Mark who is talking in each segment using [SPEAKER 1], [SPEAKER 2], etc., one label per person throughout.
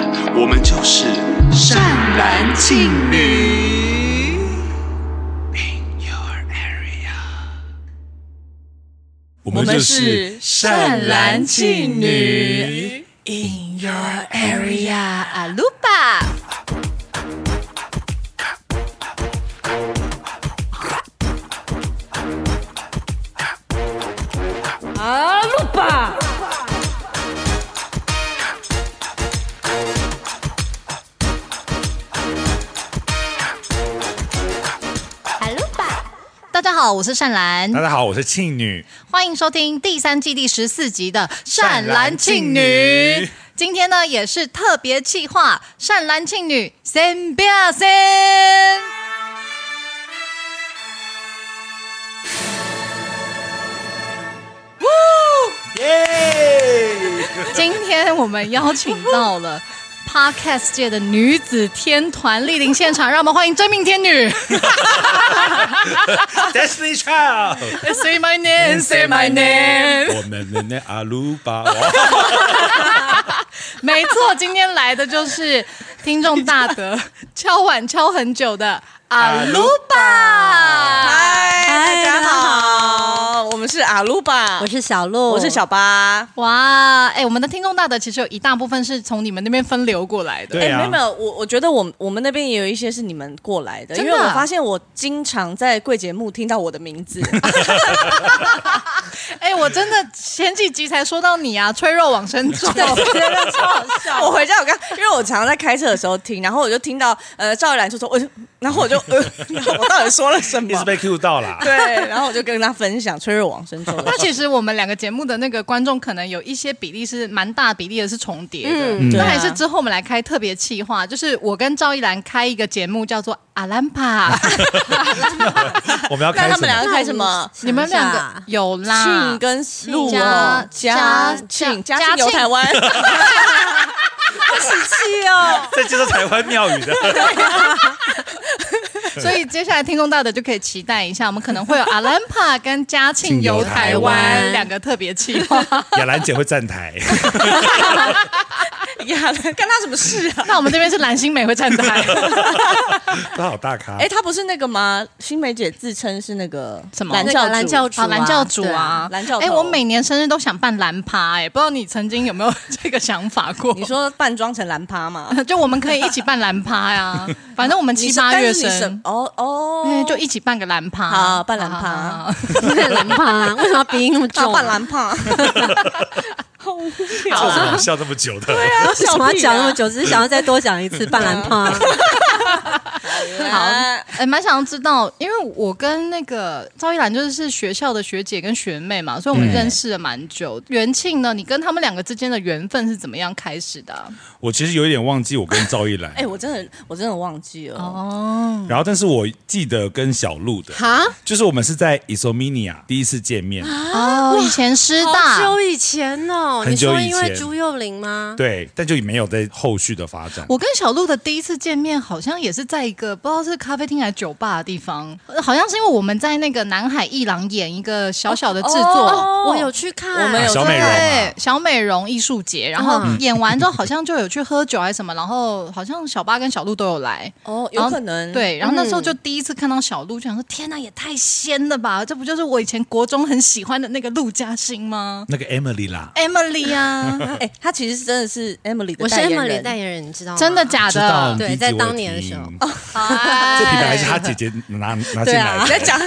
[SPEAKER 1] 就是善男信女。In your area，
[SPEAKER 2] 我
[SPEAKER 3] 我们是善男信女。
[SPEAKER 2] In
[SPEAKER 3] Your area 阿鲁巴，阿鲁巴，阿鲁巴。大家好，我是善兰，
[SPEAKER 2] 大家好，我是庆女。
[SPEAKER 3] 欢迎收听第三季第十四集的《善男庆女》
[SPEAKER 2] 善男庆女
[SPEAKER 3] 今天呢，也是特别企划《善男庆女》先不要先。
[SPEAKER 2] 耶！
[SPEAKER 3] 今天我们邀请到 了 Podcast 界的女子天团莅临现场，让我们欢迎真命天女。
[SPEAKER 2] Destiny Child，
[SPEAKER 3] Say my name, say my name。
[SPEAKER 2] 我们的那阿鲁巴，
[SPEAKER 3] 没错，今天来的就是听众大 德敲碗敲很久的阿鲁巴。
[SPEAKER 4] 嗨，哎大家好，我们是阿鲁巴，
[SPEAKER 5] 我是小鹿，
[SPEAKER 4] 我是小巴。
[SPEAKER 3] 哇，哎、我们的听众大的其实有一大部分是从你们那边分流过来的。
[SPEAKER 2] 对啊
[SPEAKER 4] 没有没有，哎我我觉得我们我们那边也有一些是你们过来的，
[SPEAKER 3] 真
[SPEAKER 4] 因
[SPEAKER 3] 的
[SPEAKER 4] 为我发现我经常在贵节目听到我的名字，
[SPEAKER 3] 哎、我真的前几集才说到你啊，吹肉往生 咒。
[SPEAKER 4] 我回家我刚，因为我常常在开车的时候听，然后我就听到呃赵一兰就说，我就然后我就 呃，然后我到底说了什
[SPEAKER 2] 一直
[SPEAKER 4] 么？
[SPEAKER 2] 被 Q 到啦。
[SPEAKER 4] 对，然后我就跟他分享吹热往生咒的
[SPEAKER 3] 那其实我们两个节目的那个观众可能有一些比例是蛮大比例的是重叠
[SPEAKER 4] 嗯
[SPEAKER 3] 的，
[SPEAKER 2] 对
[SPEAKER 3] 那
[SPEAKER 2] 啊
[SPEAKER 3] 还是之后我们来开特别企划，就是我跟赵一兰开一个节目叫做《阿兰帕》，
[SPEAKER 2] 我们要
[SPEAKER 4] 那
[SPEAKER 2] 开
[SPEAKER 4] 他
[SPEAKER 2] 什
[SPEAKER 4] 们两
[SPEAKER 2] 么？
[SPEAKER 4] 个开什么？
[SPEAKER 3] 你们两
[SPEAKER 5] 想一
[SPEAKER 3] 个
[SPEAKER 5] 下
[SPEAKER 3] 有啦
[SPEAKER 4] 庆。跟陆
[SPEAKER 3] 嘉嘉
[SPEAKER 4] 嘉庆嘉庆游台湾，
[SPEAKER 5] 气哦，
[SPEAKER 2] 在介绍台湾庙宇的，
[SPEAKER 3] 所以接下来听众大的就可以期待一下，我们可能会有阿兰帕跟嘉庆游台
[SPEAKER 5] 庆游台
[SPEAKER 3] 湾
[SPEAKER 5] 湾
[SPEAKER 3] 两个特别企划。
[SPEAKER 2] 雅兰姐会站台。
[SPEAKER 4] 呀，干他什么事啊？
[SPEAKER 3] 那我们这边是蓝心美会站台，
[SPEAKER 2] 他好大咖
[SPEAKER 4] 哎、，他不是那个吗？新梅姐自称是那个
[SPEAKER 3] 什么
[SPEAKER 4] 蓝
[SPEAKER 5] 那
[SPEAKER 4] 教
[SPEAKER 5] 个
[SPEAKER 4] 主
[SPEAKER 5] 蓝教主
[SPEAKER 3] 啊，蓝教主
[SPEAKER 5] 对
[SPEAKER 3] 啊，
[SPEAKER 4] 蓝教头
[SPEAKER 3] 哎，我每年生日都想办蓝趴，哎，不知道你曾经有没有这个想法过？
[SPEAKER 4] 你说扮装成蓝趴吗？
[SPEAKER 3] 就我们可以一起办蓝趴 呀，反正我们七
[SPEAKER 4] 你是
[SPEAKER 3] 八
[SPEAKER 4] 但
[SPEAKER 3] 月
[SPEAKER 4] 是你 什
[SPEAKER 3] 生，
[SPEAKER 4] 哦
[SPEAKER 3] 哎
[SPEAKER 4] 哦，
[SPEAKER 3] 就一起办个蓝趴，
[SPEAKER 4] 好办蓝
[SPEAKER 3] 好
[SPEAKER 4] 趴
[SPEAKER 3] 好好好
[SPEAKER 5] 蓝胖，啊为什么鼻音那么
[SPEAKER 4] 他
[SPEAKER 5] 重？
[SPEAKER 4] 扮蓝趴，好无聊
[SPEAKER 2] 做
[SPEAKER 4] 啊！
[SPEAKER 2] 什么笑这么久的？
[SPEAKER 5] 为 什么要讲那么久？只是想要再多讲一次扮蓝 胖。
[SPEAKER 3] 好，哎，蛮想要知道，因为我跟那个赵一兰就是学校的学姐跟学妹嘛，所以我们认识了蛮久。元庆呢，你跟他们两个之间的缘分是怎么样开始的啊？
[SPEAKER 2] 我其实有一点忘记我跟赵一兰
[SPEAKER 4] 哎、，我真的我真的忘记了，
[SPEAKER 2] 然后但是我记得跟小鹿的，
[SPEAKER 5] 哈，
[SPEAKER 2] 就是我们是在 Isominia 第一次见面，
[SPEAKER 4] 啊
[SPEAKER 3] 哦，以前师
[SPEAKER 5] 好
[SPEAKER 3] 大。
[SPEAKER 5] 久以前哦，
[SPEAKER 2] 很
[SPEAKER 5] 你
[SPEAKER 2] 久以
[SPEAKER 5] 说
[SPEAKER 2] 前
[SPEAKER 5] 因为朱幼玲吗？
[SPEAKER 2] 对，但就没有在后续的发展。
[SPEAKER 3] 我跟小鹿的第一次见面，好像也是在一个不知道是咖啡厅还是酒吧的地方，呃好像是因为我们在那个南海一郎演一个小小的制作。
[SPEAKER 4] 哦
[SPEAKER 5] 我有去看，
[SPEAKER 4] 我们有嗯
[SPEAKER 2] 小美容
[SPEAKER 3] 对
[SPEAKER 2] 啊，
[SPEAKER 3] 小美容艺术节，然后演完之后好像就有去喝酒还是什么，然后好像小八跟小鹿都有来，
[SPEAKER 4] 哦，
[SPEAKER 3] 然
[SPEAKER 4] 有
[SPEAKER 3] 后
[SPEAKER 4] 可能
[SPEAKER 3] 对，然后那时候
[SPEAKER 5] 嗯
[SPEAKER 3] 就第一次看到小鹿，就想说：天哪，也太仙了吧！这不就是我以前国中很喜欢的那个陆嘉欣吗
[SPEAKER 2] 那个 Emily 啦，
[SPEAKER 3] ？Emily 啊，
[SPEAKER 4] 哎、他其实真的是 Emily 的
[SPEAKER 5] 我是
[SPEAKER 4] 代言
[SPEAKER 5] Emily
[SPEAKER 4] 人，
[SPEAKER 5] 代言人，你知道吗？
[SPEAKER 3] 真的假
[SPEAKER 2] 知道
[SPEAKER 3] 的？
[SPEAKER 2] 你第
[SPEAKER 5] 对
[SPEAKER 2] 一集
[SPEAKER 5] 在
[SPEAKER 2] 我有
[SPEAKER 5] 当年的
[SPEAKER 2] 听
[SPEAKER 5] 时候
[SPEAKER 3] 哎
[SPEAKER 2] 这品牌是他姐姐拿拿进
[SPEAKER 4] 对
[SPEAKER 2] 来
[SPEAKER 4] 啊，
[SPEAKER 2] 的
[SPEAKER 4] 你，在讲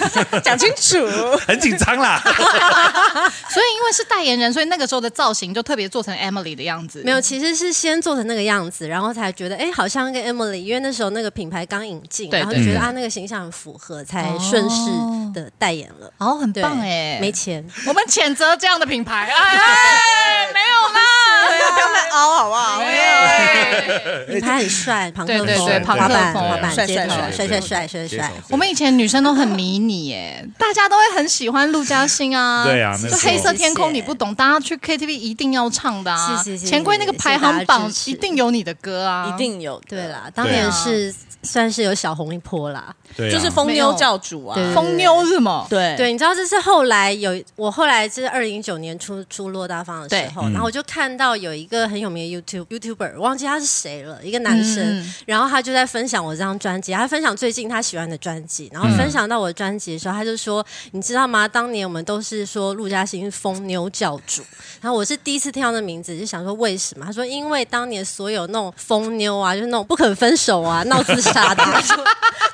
[SPEAKER 4] 讲清楚，
[SPEAKER 2] 很紧张啦。
[SPEAKER 3] 所以因为是代言人，所以那个时候的造型就特别做成 Emily 的样子。
[SPEAKER 5] 没有，其实是先做成那个样子，然后才觉得哎，好像跟 Emily，因为那时候那个品牌刚引进，
[SPEAKER 3] 对
[SPEAKER 5] 然后就觉得啊，那个形象很符合，才顺势的代言了。
[SPEAKER 3] 哦，很
[SPEAKER 5] 对
[SPEAKER 3] 棒哎，
[SPEAKER 5] 没钱，
[SPEAKER 3] 我们谴责这样的品牌， 哎，没有啦，哎
[SPEAKER 4] 对啊，不要来凹好不好？
[SPEAKER 3] 对
[SPEAKER 5] 品牌很帅，朋克
[SPEAKER 3] 对对
[SPEAKER 2] 对
[SPEAKER 5] 风，
[SPEAKER 2] 朋
[SPEAKER 5] 滑
[SPEAKER 2] 克
[SPEAKER 5] 板，
[SPEAKER 3] 风
[SPEAKER 5] 滑板
[SPEAKER 4] 帅
[SPEAKER 5] 街头，
[SPEAKER 4] 帅
[SPEAKER 5] 帅帅帅帅帅。
[SPEAKER 3] 我们以前女生都很迷你耶，大家都会很喜欢陆嘉欣啊，
[SPEAKER 2] 对啊那
[SPEAKER 3] 就
[SPEAKER 2] 时候
[SPEAKER 3] 黑色天空你不懂，大家去 KTV 一定要唱的啊，
[SPEAKER 5] 是是是
[SPEAKER 3] 钱柜那个排行榜
[SPEAKER 5] 谢谢大家支持
[SPEAKER 3] 一定有你的歌啊，
[SPEAKER 4] 一。定有的，
[SPEAKER 5] 对啦，当年是算是有小红一波啦。
[SPEAKER 2] 对啊，
[SPEAKER 4] 就是疯妞教主啊，
[SPEAKER 5] 对
[SPEAKER 3] 疯妞是吗？
[SPEAKER 4] 对
[SPEAKER 5] 对，你
[SPEAKER 3] 嗯
[SPEAKER 5] 知道这是后来有我后来就是二零一九年出出落大方的时候，然后我就看到有一个很有名的 YouTube YouTuber，忘记他是谁了，一个男生，
[SPEAKER 3] 嗯
[SPEAKER 5] 然后他就在分享我这张专辑，他分享最近他喜欢的专辑，
[SPEAKER 3] 嗯
[SPEAKER 5] 然后分享到我的专辑的时候，他就说，你知道吗？当年我们都是说陆嘉欣是疯牛教主，然后我是第一次听到那名字，就想说为什么？他说因为当年所有那种疯妞啊，就是那种不肯分手啊、闹自杀的，就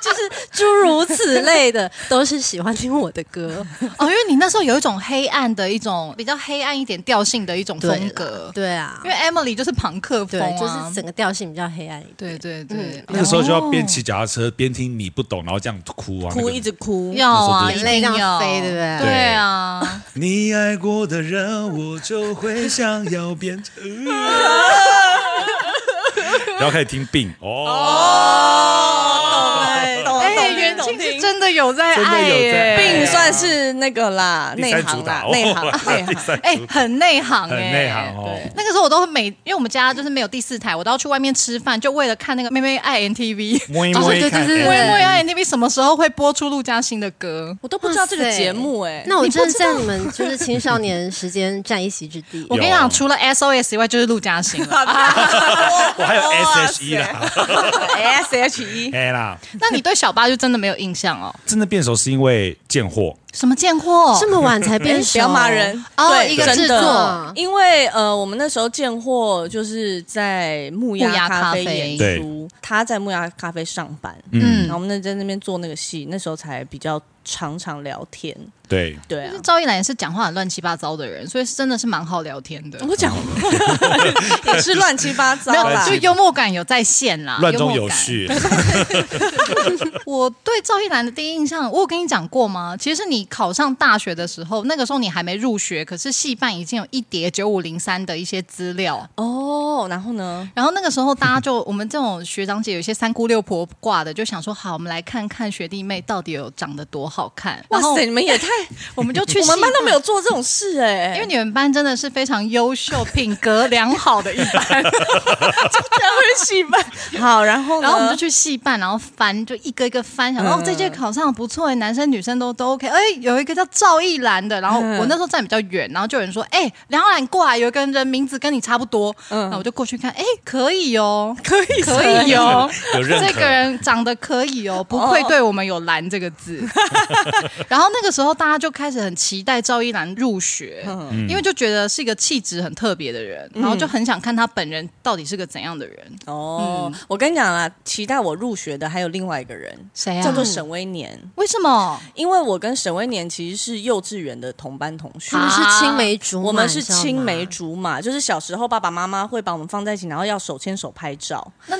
[SPEAKER 5] 就是诸如此类的，都是喜欢听我的歌。
[SPEAKER 3] 哦，因为你那时候有一种黑暗的一种比较黑暗一点调性的一种
[SPEAKER 5] 对啦
[SPEAKER 3] 风格，
[SPEAKER 5] 对啊
[SPEAKER 3] 因，为 Emily 就是朋克风、
[SPEAKER 5] 对
[SPEAKER 3] 啊，，
[SPEAKER 5] 就是整个调性比较黑暗一
[SPEAKER 3] 对
[SPEAKER 5] 点。
[SPEAKER 3] 对对，
[SPEAKER 2] 那时候就要边骑脚踏车边听你不懂，然后这样哭啊，那
[SPEAKER 4] 哭
[SPEAKER 2] 个
[SPEAKER 4] 一直哭，
[SPEAKER 3] 要啊，
[SPEAKER 2] 那
[SPEAKER 5] 时候就是
[SPEAKER 3] 一定
[SPEAKER 5] 眼泪这
[SPEAKER 3] 要
[SPEAKER 5] 样飞对不对
[SPEAKER 3] 对啊，
[SPEAKER 2] 你爱过的人，我就会想要变成。然后开始听病哦，
[SPEAKER 4] 哎，懂
[SPEAKER 3] 哎，
[SPEAKER 4] 懂
[SPEAKER 3] 袁
[SPEAKER 4] 懂
[SPEAKER 3] 静是
[SPEAKER 4] 听。
[SPEAKER 3] 真的有在
[SPEAKER 2] 真的
[SPEAKER 3] 爱
[SPEAKER 2] 有在
[SPEAKER 3] 耶，
[SPEAKER 2] 爱
[SPEAKER 4] 并算是那个啦，
[SPEAKER 2] 第
[SPEAKER 4] 内
[SPEAKER 2] 三主
[SPEAKER 4] 行啦
[SPEAKER 2] 打，，
[SPEAKER 4] 内行
[SPEAKER 2] 哦
[SPEAKER 4] 内
[SPEAKER 2] 第
[SPEAKER 4] 行。
[SPEAKER 2] 三
[SPEAKER 3] 哎、
[SPEAKER 2] 主打
[SPEAKER 3] 很内行、哎，
[SPEAKER 2] 很内行哦
[SPEAKER 3] 对那个时候我都会每，因为我们家就是没有第四台，我都要去外面吃饭，就为了看那个妹妹爱 NTV。
[SPEAKER 2] 摸一摸一嗯看，
[SPEAKER 5] 哦对对
[SPEAKER 3] 妹
[SPEAKER 5] 对对对
[SPEAKER 2] 哎
[SPEAKER 3] 妹爱 NTV 什么时候会播出陆嘉欣的歌？
[SPEAKER 4] 我都不知道这个节目哎，
[SPEAKER 5] 那我真的在你们就是青少年时间占一席之 地。
[SPEAKER 3] 我跟你讲，除了 SOS 以外，就是陆嘉欣了。
[SPEAKER 2] 我还有 SHE 啦，
[SPEAKER 4] S H E
[SPEAKER 2] 哎啦，
[SPEAKER 3] 那你对小八就真的没有印象哦？
[SPEAKER 2] 真的变熟是因为贱货，
[SPEAKER 3] 什么贱货？
[SPEAKER 5] 这么晚才变熟，
[SPEAKER 4] 哎不要骂人
[SPEAKER 5] 哦
[SPEAKER 4] 对
[SPEAKER 5] 一个
[SPEAKER 4] 真的
[SPEAKER 5] 制作
[SPEAKER 4] 因为呃，我们那时候见货就是在木
[SPEAKER 3] 木
[SPEAKER 4] 鸭
[SPEAKER 3] 鸭
[SPEAKER 4] 咖
[SPEAKER 3] 咖
[SPEAKER 4] 啡
[SPEAKER 3] 啡
[SPEAKER 2] 对
[SPEAKER 4] 演出，他在木鸭咖啡上班，
[SPEAKER 2] 嗯
[SPEAKER 4] 然，后我们那在那边做那个戏，那时候才比较常常聊天，
[SPEAKER 2] 对，
[SPEAKER 4] 对啊。
[SPEAKER 3] 赵一兰也是讲话很乱七八糟的人，所以是真的是蛮好聊天的。
[SPEAKER 4] 我讲也是乱七八糟
[SPEAKER 3] 没有，
[SPEAKER 4] 啦
[SPEAKER 3] 就，幽默感有在线啦，
[SPEAKER 2] 乱中有
[SPEAKER 3] 幽默感。
[SPEAKER 2] 序，
[SPEAKER 3] 我对赵一楠的第一印象，我有跟你讲过吗？其实是你考上大学的时候，那个时候你还没入学，可是系办已经有一叠九五零三的一些资料。
[SPEAKER 4] 哦，然后呢？
[SPEAKER 3] 然后那个时候，大家就我们这种学长姐，有一些三姑六婆挂的，就想说好，我们来看看学弟妹到底有长得多好看。
[SPEAKER 4] 哇
[SPEAKER 3] 然后
[SPEAKER 4] 塞，你们也太，
[SPEAKER 3] 我们就去，
[SPEAKER 4] 哎我们班都没有，做这种事哎，
[SPEAKER 3] 因为你们班真的是非常优秀、品格良好的一班。
[SPEAKER 4] 才会戏班。 好，然后呢
[SPEAKER 3] 然后我们就去戏办，然后翻，就一个一个翻，想说、
[SPEAKER 4] 嗯
[SPEAKER 3] 哦，这届考上不错，男生女生都都 OK。哎，有一个叫赵一兰的，然后
[SPEAKER 4] 嗯
[SPEAKER 3] 我那时候站比较远，然后就有人说，哎，梁浩然过来，有一个人名字跟你差不多，
[SPEAKER 4] 嗯
[SPEAKER 3] 然后我就过去看，哎，可以哦，
[SPEAKER 4] 可以
[SPEAKER 3] 可以 哦。
[SPEAKER 2] 有认
[SPEAKER 3] 这
[SPEAKER 2] 可，
[SPEAKER 3] 个人长得可以哦，不愧对我们有“兰”这个 字。然后那个时候大家就开始很期待赵一兰入学，
[SPEAKER 4] 嗯
[SPEAKER 2] 嗯
[SPEAKER 3] 因为就觉得是一个气质很特别的人，然后就很想看他本人到底是个怎样的人。
[SPEAKER 4] 哦，我跟你讲啦，期待我入学的还有另外一个人，
[SPEAKER 3] 谁啊？
[SPEAKER 4] 叫做沈威年，
[SPEAKER 3] 为什么？
[SPEAKER 4] 因为我跟沈威年其实是幼稚园的同班同学
[SPEAKER 5] 是。不是青梅竹马？
[SPEAKER 4] 我们是
[SPEAKER 5] 哦你知道吗
[SPEAKER 4] 青梅，竹马，就是小时候爸爸妈妈会把我们放在一起，然后要手牵手拍照。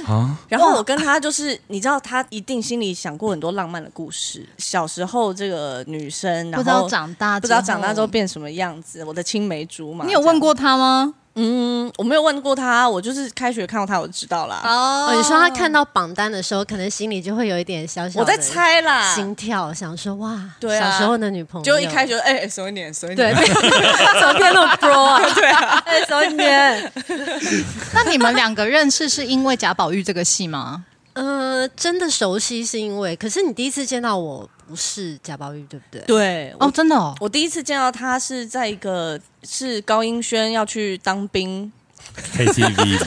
[SPEAKER 2] 啊，
[SPEAKER 4] 然后我跟他就是，你知道他一定心里想过很多浪漫的故事。小时候这个女生，然
[SPEAKER 3] 不知道
[SPEAKER 4] 后
[SPEAKER 3] 长大，
[SPEAKER 4] 不知道长大之后。变什么样子，我的青梅竹马。
[SPEAKER 3] 你有
[SPEAKER 4] 这样
[SPEAKER 3] 问过他吗？
[SPEAKER 4] 嗯，我没有问过他，我就是开学看到他我就知道啦。
[SPEAKER 3] 哦
[SPEAKER 5] 哦，你说他看到榜单的时候，可能心里就会有一点小小
[SPEAKER 4] 我
[SPEAKER 5] 的
[SPEAKER 4] 在猜啦，
[SPEAKER 5] 心跳，想说哇，
[SPEAKER 4] 对啊
[SPEAKER 5] 小时候的女朋友，
[SPEAKER 4] 就一开学哎、欸，手一点，手一
[SPEAKER 5] 对，
[SPEAKER 4] 点，
[SPEAKER 5] 怎么变那么 pro 啊？
[SPEAKER 4] 对啊，
[SPEAKER 5] 哎，小姐，
[SPEAKER 3] 那你们两个认识是因为贾宝玉这个戏吗？
[SPEAKER 5] 呃，真的熟悉是因为，可是你第一次见到我不是贾宝玉，对不对？
[SPEAKER 4] 对
[SPEAKER 3] 哦，
[SPEAKER 4] 哦。
[SPEAKER 3] 真的哦，
[SPEAKER 4] 我第一次见到他是在一个是高英轩要去当兵，
[SPEAKER 2] KTV，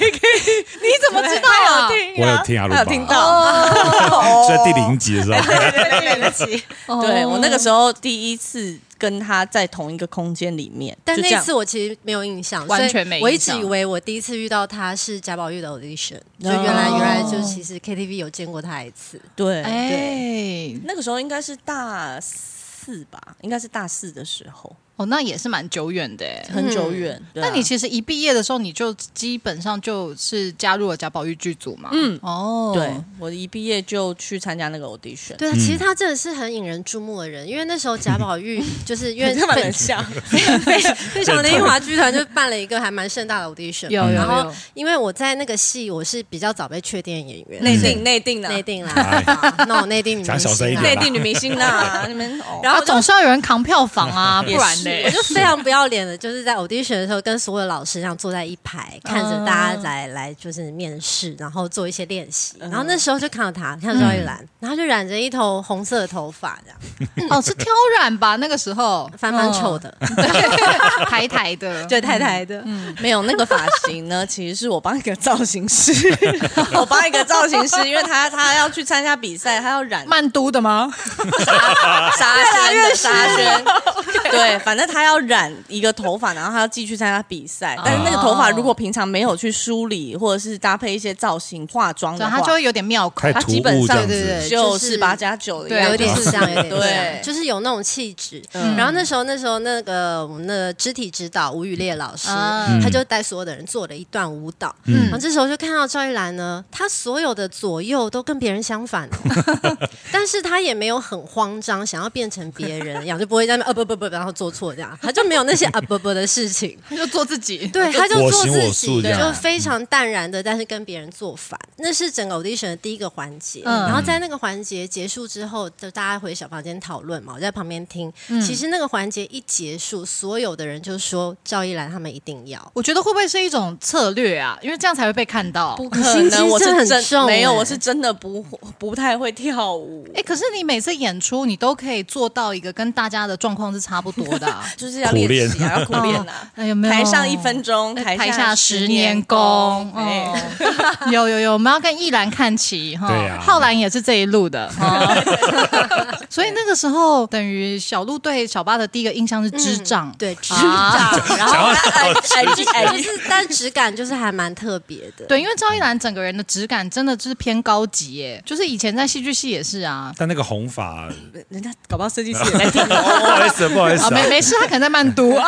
[SPEAKER 3] 你怎么知道啊？
[SPEAKER 2] 我有听阿鲁
[SPEAKER 4] 他
[SPEAKER 2] 巴，
[SPEAKER 4] 有听到，
[SPEAKER 2] 是在第零集的时候，
[SPEAKER 4] 对对不起，
[SPEAKER 3] 哦
[SPEAKER 4] 对我那个时候第一次跟他在同一个空间里面，
[SPEAKER 5] 但
[SPEAKER 4] 就这
[SPEAKER 5] 那
[SPEAKER 4] 样
[SPEAKER 5] 次我其实没有印象，
[SPEAKER 3] 完
[SPEAKER 5] 所以
[SPEAKER 3] 全没
[SPEAKER 5] 我一
[SPEAKER 3] 印
[SPEAKER 5] 直
[SPEAKER 3] 象
[SPEAKER 5] 以为我第一次遇到他是贾宝玉的 audition，就原来
[SPEAKER 4] 哦
[SPEAKER 5] 原来就其实 KTV 有见过他一次。
[SPEAKER 4] 对对，
[SPEAKER 3] 哎，
[SPEAKER 4] 那个时候应该是大四吧，应该是大四的时候，
[SPEAKER 3] 哦，那也是蛮久远的哎。
[SPEAKER 4] 很久远。对啊
[SPEAKER 3] 那你其实一毕业的时候，你就基本上就是加入了贾宝玉剧组嘛？
[SPEAKER 4] 嗯
[SPEAKER 3] 哦，
[SPEAKER 4] 对我一毕业就去参加那个 audition，
[SPEAKER 5] 对啊，其实他真的是很引人注目的人，因为那时候贾宝玉就是因为
[SPEAKER 4] 他们
[SPEAKER 5] 非
[SPEAKER 4] 很像，
[SPEAKER 5] 非非常的英华剧团就办了一个还蛮盛大的 audition，
[SPEAKER 3] 有有
[SPEAKER 5] 然后
[SPEAKER 3] 有
[SPEAKER 5] 因为我在那个戏我是比较早被确定的演员，
[SPEAKER 4] 内定内定的啊
[SPEAKER 5] 内 定啦，好那我内定你
[SPEAKER 2] 哎讲
[SPEAKER 5] 们
[SPEAKER 2] 小声一
[SPEAKER 5] 先
[SPEAKER 2] 点
[SPEAKER 5] 啦
[SPEAKER 4] 内地女明星呐、你们哦，
[SPEAKER 5] 然
[SPEAKER 3] 啊，
[SPEAKER 5] 后
[SPEAKER 3] 总是要有人扛票房啊，不
[SPEAKER 4] 也
[SPEAKER 3] 然
[SPEAKER 4] 是
[SPEAKER 3] 呢？哎、
[SPEAKER 5] 我就非常不要脸的，就是在 audition 的时候跟所有老师这样坐在一排，看着大家
[SPEAKER 3] 嗯
[SPEAKER 5] 来来就是面试，然后做一些练习。然后那时候就看到他，看到赵一兰，
[SPEAKER 2] 嗯
[SPEAKER 5] 然后就染着一头红色的头发，这样
[SPEAKER 3] 哦，是挑染吧？那个时候
[SPEAKER 5] 翻蛮丑
[SPEAKER 3] 的，
[SPEAKER 5] 的，
[SPEAKER 3] 对， 台台 的，
[SPEAKER 5] 对太太的，
[SPEAKER 4] 嗯没有那个发型呢，其实是我帮一个造型师， 我帮一个造型师，因为他他要去参加比赛，他要染
[SPEAKER 3] 曼都的吗？
[SPEAKER 4] 沙宣的沙宣，对，反正他要染一个头发，然后他要继续参加比赛。
[SPEAKER 5] 哦
[SPEAKER 4] 但是那个头发如果平常没有去梳理，或者是搭配一些造型化妆
[SPEAKER 3] 对，
[SPEAKER 4] 的
[SPEAKER 3] 他
[SPEAKER 4] 话，
[SPEAKER 3] 就会有点妙口
[SPEAKER 2] 太，突
[SPEAKER 4] 基本
[SPEAKER 2] 兀这
[SPEAKER 4] 上
[SPEAKER 2] 样
[SPEAKER 3] 对
[SPEAKER 2] 子
[SPEAKER 3] 对对，
[SPEAKER 4] 就是八加九的样子，
[SPEAKER 5] 有点像，有点
[SPEAKER 4] 对
[SPEAKER 5] 像，就是有那种气质。
[SPEAKER 3] 嗯
[SPEAKER 5] 然后那时候，那时候那个我们的肢体指导吴雨烈老师，
[SPEAKER 3] 嗯
[SPEAKER 5] 他就带所有的人做了一段舞蹈。
[SPEAKER 3] 嗯
[SPEAKER 5] 然后这时候就看到赵一兰呢，她所有的左右都跟别人相反 哦，但是她也没有很慌张，想要变成别人一样，就不会在那边啊不不不，然后做错这样，她就没有那些啊不不的事情。
[SPEAKER 3] 他就做自己，
[SPEAKER 5] 对，他就
[SPEAKER 2] 我
[SPEAKER 5] 做
[SPEAKER 2] 行
[SPEAKER 5] 自
[SPEAKER 2] 我
[SPEAKER 5] 己，
[SPEAKER 2] 素这样嗯
[SPEAKER 5] 就非常淡然的，但是跟别人做反，那是整个 audition 的第一个环节。
[SPEAKER 3] 嗯
[SPEAKER 5] 然后在那个环节结束之后，就大家回小房间讨论嘛，我在旁边听。
[SPEAKER 4] 嗯
[SPEAKER 5] 其实那个环节一结束，所有的人就说赵一兰他们一定要。
[SPEAKER 3] 我觉得会不会是一种策略啊？因为这样才会被看到。
[SPEAKER 4] 不可能，我是
[SPEAKER 5] 心机真的很重
[SPEAKER 4] 真
[SPEAKER 5] 欸
[SPEAKER 4] 没有，我是真的不不太会跳舞。。
[SPEAKER 3] 哎、可是你每次演出，你都可以做到一个跟大家的状况是差不多的、啊
[SPEAKER 4] 就是要练习啊，要苦练啊！
[SPEAKER 5] 哦
[SPEAKER 3] 哎有没有
[SPEAKER 4] 台上一分钟，
[SPEAKER 3] 哎
[SPEAKER 4] 台
[SPEAKER 3] 下
[SPEAKER 4] 十
[SPEAKER 3] 十年功，
[SPEAKER 4] 哎
[SPEAKER 3] 哦， 有有有，我们要跟依兰看齐哈。
[SPEAKER 2] 对啊
[SPEAKER 3] 浩然也是这一路 的，哦所以那个时候等于小鹿对小巴的第一个印象是智障，
[SPEAKER 5] 嗯对，智
[SPEAKER 3] 啊
[SPEAKER 5] 障，然后
[SPEAKER 2] 想要
[SPEAKER 4] 哎哎哎
[SPEAKER 5] 就，是但质感就是还蛮特别的。
[SPEAKER 3] 对，因为赵一兰整个人的质感真的就是偏高级耶，就是以前在戏剧系也是啊。
[SPEAKER 2] 但那个红发， 哦
[SPEAKER 4] 人家搞不好设计师 也在听
[SPEAKER 2] 不好意思，不好意思
[SPEAKER 3] 啊，没
[SPEAKER 2] 啊，
[SPEAKER 3] 没事，他可能在慢读啊。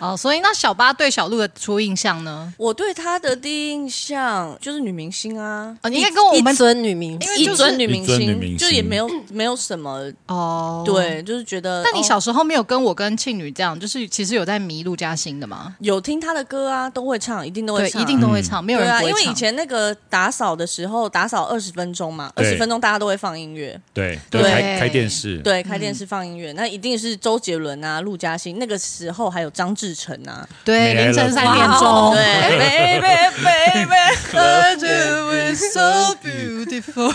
[SPEAKER 3] 哦，所以那小巴对小鹿的初印象呢？
[SPEAKER 4] 我对她的第一印象就是女明星啊，
[SPEAKER 3] 哦，你应该跟我
[SPEAKER 5] 一
[SPEAKER 3] 们
[SPEAKER 5] 尊女明
[SPEAKER 3] 因为
[SPEAKER 5] 星，
[SPEAKER 4] 一
[SPEAKER 3] 就是
[SPEAKER 4] 尊女明
[SPEAKER 2] 一尊女
[SPEAKER 4] 星，
[SPEAKER 2] 明星
[SPEAKER 4] 就也没有没有什么，
[SPEAKER 3] 哦，。
[SPEAKER 4] 对，就是觉得。
[SPEAKER 3] 但你小
[SPEAKER 4] 哦
[SPEAKER 3] 时候没有跟我跟庆女这样，就是其实有在迷陆嘉欣的吗？
[SPEAKER 4] 有听她的歌啊，都会唱，一定都
[SPEAKER 3] 对
[SPEAKER 4] 会，唱，
[SPEAKER 3] 一定都会唱，没有
[SPEAKER 4] 对
[SPEAKER 3] 人
[SPEAKER 4] 啊，
[SPEAKER 3] 不会
[SPEAKER 4] 因为
[SPEAKER 3] 唱
[SPEAKER 4] 以前那个打扫的时候，打扫二十分钟嘛，二
[SPEAKER 2] 对
[SPEAKER 4] 十分钟大家都会放音乐，
[SPEAKER 2] 对，
[SPEAKER 3] 对
[SPEAKER 2] 就开开电视，
[SPEAKER 4] 对，
[SPEAKER 3] 嗯
[SPEAKER 4] 开电视放音乐，那一定是周杰伦啊、陆嘉欣，那个时候还有张志成啊，
[SPEAKER 3] 对
[SPEAKER 2] 没
[SPEAKER 3] 凌晨
[SPEAKER 2] 了
[SPEAKER 3] 三点钟，
[SPEAKER 4] 对，baby baby，
[SPEAKER 3] I do it so beautiful，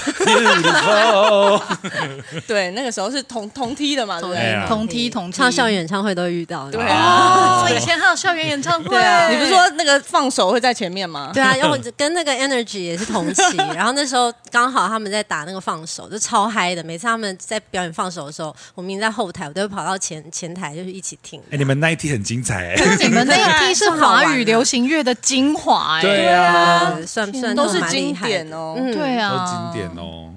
[SPEAKER 2] 哦，
[SPEAKER 4] 对，那个时候是同同梯的嘛，对不
[SPEAKER 2] 哎
[SPEAKER 4] 对？
[SPEAKER 2] 呀
[SPEAKER 3] 同梯同梯
[SPEAKER 5] 唱校园演唱会都遇到。
[SPEAKER 2] 啊
[SPEAKER 4] 对
[SPEAKER 3] 哦，以前还有校园演唱会，
[SPEAKER 4] 你不是说那个放手会在前面吗？
[SPEAKER 5] 对啊，因为我跟那个 Energy 也是同期，然后那时候刚好他们在打那个放手，就超嗨的。每次他们在表演放手的时候，我明明在后台，我都会跑到前前台，就是一起听。
[SPEAKER 2] 哎，你们那一天很精彩，哎，
[SPEAKER 3] 你们那一批是华语流行乐的精华，哎，
[SPEAKER 2] 对啊，
[SPEAKER 5] 呃算算
[SPEAKER 4] 都是
[SPEAKER 5] 蛮厉
[SPEAKER 4] 经
[SPEAKER 5] 害的
[SPEAKER 4] 典哦
[SPEAKER 5] 嗯，
[SPEAKER 3] 对
[SPEAKER 2] 都
[SPEAKER 3] 啊，
[SPEAKER 2] 经典哦，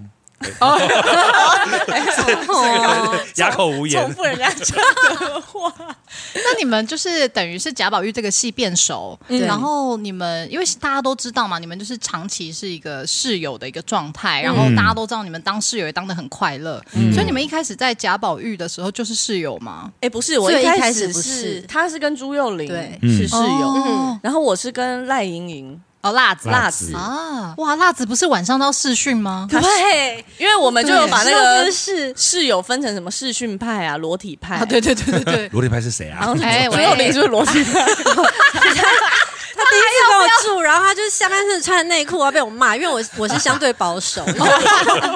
[SPEAKER 5] 哦
[SPEAKER 2] 哑口无
[SPEAKER 4] 重
[SPEAKER 2] 言，
[SPEAKER 4] 复人家讲的话，
[SPEAKER 3] 那你们就是等于是贾宝玉这个戏变熟，然后你们因为大家都知道嘛，你们就是长期是一个室友的一个状态，然后大家都知道你们当室友也当的很快乐，所以你们一开始在贾宝玉的时候就是室友嘛，
[SPEAKER 4] 哎，不是，我
[SPEAKER 5] 最
[SPEAKER 4] 一
[SPEAKER 5] 一
[SPEAKER 4] 开
[SPEAKER 5] 开
[SPEAKER 4] 始
[SPEAKER 5] 始不
[SPEAKER 4] 是
[SPEAKER 5] 是
[SPEAKER 4] 他是跟朱幼玲
[SPEAKER 5] 对
[SPEAKER 4] 是室友，
[SPEAKER 3] 哦，
[SPEAKER 4] 然后我是跟赖莹莹
[SPEAKER 3] 哦辣子
[SPEAKER 4] 辣子，
[SPEAKER 3] 啊，哇，辣子不是晚上到视讯吗？
[SPEAKER 5] 对，
[SPEAKER 4] 因为我们就有把那个
[SPEAKER 5] 是
[SPEAKER 4] 室友分成什么视讯派啊、裸体派
[SPEAKER 3] 啊，，对对对对 对。
[SPEAKER 2] 罗丽派是谁
[SPEAKER 4] 然后
[SPEAKER 2] 啊？
[SPEAKER 3] 哎
[SPEAKER 4] 朱
[SPEAKER 3] 喂
[SPEAKER 4] 幼玲是不是裸体 派？
[SPEAKER 5] 他第一次跟我住，然后他就是下半身穿内裤，要被我骂，因为我我是相对保 守。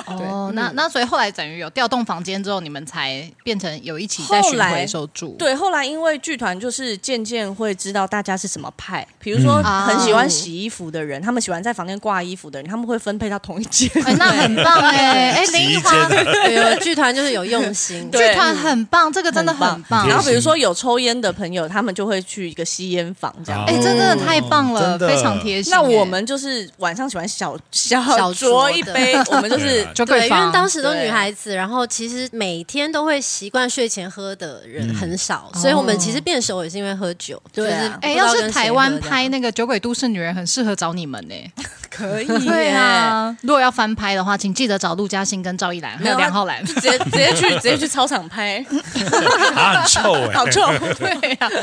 [SPEAKER 3] 哦，那那所以后来等于有调动房间之后，你们才变成有一起在巡
[SPEAKER 4] 后来
[SPEAKER 3] 回时候住。
[SPEAKER 4] 对，后来因为剧团就是渐渐会知道大家是什么派，比如说
[SPEAKER 3] 嗯
[SPEAKER 4] 很喜欢洗衣服的人，他们喜欢在房间挂衣服的人，他们会分配到同一间。
[SPEAKER 3] 哎，那很棒哎 哎，林奕华
[SPEAKER 2] 洗衣间
[SPEAKER 5] 对，有剧团就是有用心，
[SPEAKER 4] 对
[SPEAKER 3] 剧团很棒，这个真的很棒
[SPEAKER 2] 很。
[SPEAKER 4] 然
[SPEAKER 2] 棒
[SPEAKER 4] 后比如说有抽烟的朋友，他们就会去一个吸烟房这样。
[SPEAKER 2] 啊
[SPEAKER 3] 哎，这真的太棒了，
[SPEAKER 2] 真的
[SPEAKER 3] 非常贴心哎。
[SPEAKER 4] 那我们就是晚上喜欢小小
[SPEAKER 5] 小
[SPEAKER 4] 酌
[SPEAKER 5] 酌
[SPEAKER 4] 一
[SPEAKER 5] 的
[SPEAKER 4] 杯，我们就是
[SPEAKER 2] 对啊
[SPEAKER 3] 就
[SPEAKER 5] 对，因为当
[SPEAKER 3] 时
[SPEAKER 5] 时都
[SPEAKER 4] 对
[SPEAKER 5] 女孩子，然后其实每天都会习惯睡前喝的人很少，所以我们其实变熟也是因为喝酒。
[SPEAKER 4] 哦对啊
[SPEAKER 5] 就
[SPEAKER 3] 哎，
[SPEAKER 5] 不知道
[SPEAKER 3] 要
[SPEAKER 5] 跟
[SPEAKER 3] 是
[SPEAKER 5] 谁
[SPEAKER 3] 台湾
[SPEAKER 5] 喝的
[SPEAKER 3] 拍那个《酒鬼都市女人》，很适合找你们呢。
[SPEAKER 4] 可以
[SPEAKER 3] 对
[SPEAKER 4] 耶，
[SPEAKER 3] 啊，如果要翻拍的话，请记得找陆嘉欣跟赵一兰，还有
[SPEAKER 5] 啊
[SPEAKER 3] 梁浩 然
[SPEAKER 4] 就。直接直接去直接去操 场拍，
[SPEAKER 2] 啊，很臭哎、
[SPEAKER 4] 好臭， 对啊呀、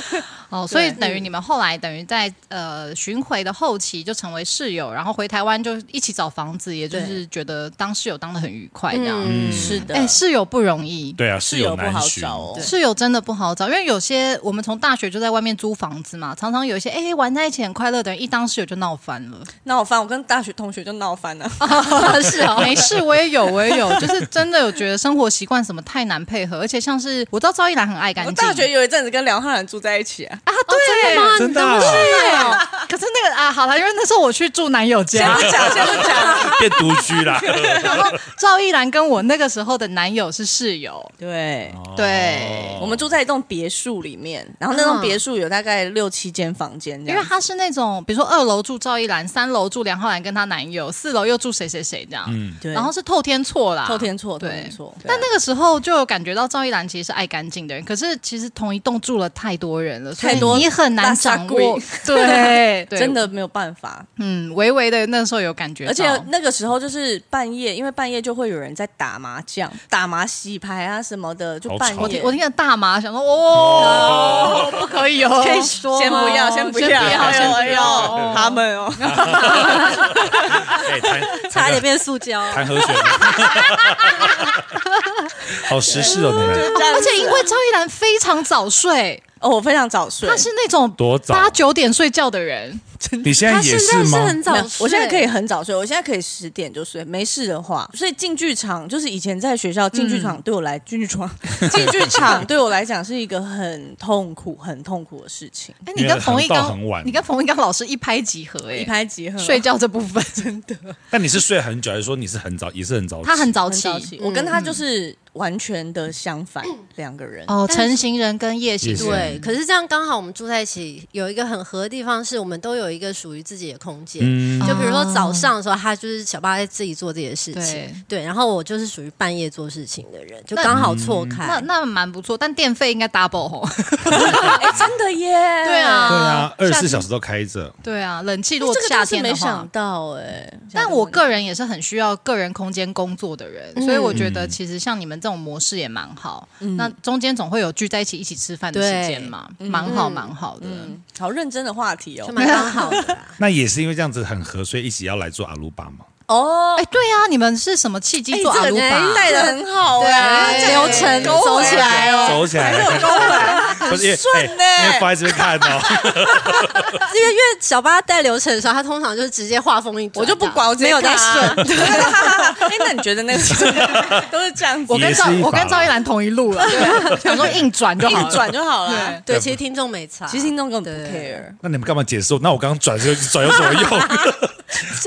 [SPEAKER 3] 哦，所以等于你们后来等于在呃巡回的后期就成为室友，然后回台湾就一起找房子，也就是觉得当室友当的很愉快这样。
[SPEAKER 5] 嗯，
[SPEAKER 4] 是的，
[SPEAKER 3] 哎、室友不容易。
[SPEAKER 2] 对啊，
[SPEAKER 4] 室
[SPEAKER 2] 室
[SPEAKER 4] 友
[SPEAKER 2] 友
[SPEAKER 4] 不
[SPEAKER 2] 难
[SPEAKER 4] 好
[SPEAKER 2] 寻。
[SPEAKER 4] 找哦。
[SPEAKER 3] 室友真的不好找，因为有些我们从大学就在外面租房子嘛，常常有一些哎、玩在一起很快乐的人，一当室友就闹翻了。
[SPEAKER 4] 闹翻，我跟大学同学就闹翻了。
[SPEAKER 3] 是哦， 没事，我也有，我也有，就是真的有觉得生活习惯什么太难配合，而且像是我知道赵一兰很爱干
[SPEAKER 4] 我
[SPEAKER 3] 净，
[SPEAKER 4] 大学有一阵子跟梁浩然住在一起啊，
[SPEAKER 3] 啊，对，
[SPEAKER 5] 吗
[SPEAKER 2] 真的
[SPEAKER 5] 你
[SPEAKER 2] 啊
[SPEAKER 5] 当时
[SPEAKER 3] 对，可是那个啊，好了，因为那时候我去住男友家，
[SPEAKER 4] 讲哦先不讲，
[SPEAKER 2] 变独居啦。
[SPEAKER 3] 然后 赵一兰跟我那个时候的男友是室友，
[SPEAKER 4] 对。
[SPEAKER 2] 哦
[SPEAKER 3] 对，
[SPEAKER 4] 我们住在一栋别墅里面，然后那栋别墅有大概六七间房间这
[SPEAKER 3] 因
[SPEAKER 4] 样
[SPEAKER 3] 为
[SPEAKER 4] 子，
[SPEAKER 3] 他是那种，比如说二楼住赵一兰，三楼住梁浩然跟她男友，四楼又住谁谁谁这样，
[SPEAKER 4] 对
[SPEAKER 3] 然后是透天错啦，
[SPEAKER 4] 透天错，透
[SPEAKER 3] 对
[SPEAKER 4] 天错。
[SPEAKER 3] 但那个时候就有感觉到赵一兰其实是爱干净的人，可是其实同一栋住了太多人了，所以
[SPEAKER 4] 太多
[SPEAKER 3] 你很难掌握
[SPEAKER 4] 垃。
[SPEAKER 3] 对，对
[SPEAKER 4] 真，的没有办法，
[SPEAKER 3] 嗯，微微的那时候有感觉到，
[SPEAKER 4] 而且那个时候就是半夜，因为半夜就会有人在打麻将、打麻洗牌啊什么的，就
[SPEAKER 2] 好
[SPEAKER 4] 半
[SPEAKER 2] 吵
[SPEAKER 3] 我
[SPEAKER 4] 夜
[SPEAKER 3] 听我听了大麻，想说哦，不可以哦，
[SPEAKER 5] 可以说
[SPEAKER 4] 哎先不要，先不要，
[SPEAKER 3] 先不
[SPEAKER 4] 哎呦哎 呦
[SPEAKER 3] 要。
[SPEAKER 4] 他们哦，
[SPEAKER 2] 哎、谈
[SPEAKER 5] 差点变塑胶。
[SPEAKER 2] 谈和弦，好时事哦，你们。
[SPEAKER 4] 这样
[SPEAKER 3] 而
[SPEAKER 4] 子
[SPEAKER 3] 且因为赵一兰非常早睡，
[SPEAKER 4] 哦，我非常早睡，
[SPEAKER 3] 她是那种
[SPEAKER 2] 多早
[SPEAKER 3] 八九点睡觉的人，
[SPEAKER 2] 你现在
[SPEAKER 5] 他
[SPEAKER 2] 也
[SPEAKER 5] 现在是
[SPEAKER 2] 吗？
[SPEAKER 5] 很早
[SPEAKER 4] 没有，
[SPEAKER 5] 哦睡，
[SPEAKER 4] 我现在可以很早睡，我现在可以十点就睡，没事的话。所以进剧场就是以前在学校进剧场对我来进剧场进剧场 对我来讲是一个很痛苦、很痛苦的事情，
[SPEAKER 3] 哎，你跟冯一
[SPEAKER 2] 因为
[SPEAKER 3] 刚
[SPEAKER 2] 很很晚，
[SPEAKER 3] 你跟冯一刚老师一拍即合，哎，
[SPEAKER 4] 一拍即合。
[SPEAKER 3] 睡觉这部分真的，
[SPEAKER 2] 但你是睡很久，还是说你是很早，也是很早起？
[SPEAKER 3] 他很早
[SPEAKER 4] 很
[SPEAKER 3] 起
[SPEAKER 4] 早。起，我跟他就是完全的相反，两个人。
[SPEAKER 3] 哦，成型人跟夜行
[SPEAKER 2] 夜
[SPEAKER 3] 人
[SPEAKER 2] 行
[SPEAKER 5] 对，可是这样刚好我们住在一起，有一个很合的地方是我们都有一个属于自己的空间。
[SPEAKER 2] 嗯，
[SPEAKER 5] 就比如说早上的时候，他就是小八在自己做自己的事情，对，然后我就是属于半夜做事情的人，就刚好错
[SPEAKER 3] 那
[SPEAKER 5] 开。
[SPEAKER 3] 那蛮不错，但电费应该 double 吼。
[SPEAKER 4] 哎，真的耶！
[SPEAKER 3] 对
[SPEAKER 2] 对啊
[SPEAKER 3] 啊，，
[SPEAKER 2] 二十
[SPEAKER 3] 夏
[SPEAKER 2] 四
[SPEAKER 3] 天
[SPEAKER 2] 小时都开着。
[SPEAKER 3] 对啊，冷气如
[SPEAKER 4] 这
[SPEAKER 3] 果
[SPEAKER 4] 个
[SPEAKER 3] 夏
[SPEAKER 4] 倒是
[SPEAKER 3] 天的
[SPEAKER 4] 没
[SPEAKER 3] 话
[SPEAKER 4] 想。到哎，
[SPEAKER 3] 但我个人也是很需要个人空间工作的人，所以我觉得其实像你们这种模式也蛮好。那中间总会有聚在一起一起吃饭的时间嘛，蛮好蛮好的。
[SPEAKER 4] 嗯，好认真的话题哦
[SPEAKER 5] 就。蛮刚好的啦
[SPEAKER 2] 那也是因为这样子很合，所以一起要来做阿鲁巴嘛。
[SPEAKER 4] 哦
[SPEAKER 3] 哎，，对啊，你们是什么契机做阿鲁巴？
[SPEAKER 4] 哎带的很好哎，
[SPEAKER 3] 对
[SPEAKER 5] 流程
[SPEAKER 4] 勾
[SPEAKER 5] 走
[SPEAKER 4] 回
[SPEAKER 5] 起来哦，
[SPEAKER 2] 走起来， 不是因为
[SPEAKER 4] 顺呢
[SPEAKER 2] 哎因为放在这边看哦，
[SPEAKER 5] 因为因为小八带流程的时候，他通常就是直接画风一转，
[SPEAKER 4] 我就不管，我
[SPEAKER 5] 没有在顺。
[SPEAKER 4] 顺。 哎，那你觉得那个是 都是这样子？
[SPEAKER 3] 我跟
[SPEAKER 2] 也是
[SPEAKER 3] 赵
[SPEAKER 2] 一
[SPEAKER 3] 我跟
[SPEAKER 2] 把
[SPEAKER 3] 赵一兰同一路了，啊 想说硬转就好
[SPEAKER 4] 硬
[SPEAKER 3] 了。
[SPEAKER 4] 转就好了。
[SPEAKER 5] 对，其实听众没差，
[SPEAKER 4] 其实听众根本不
[SPEAKER 5] 对
[SPEAKER 4] care，
[SPEAKER 2] 那你们干嘛解释？那我刚刚转就转有什么用？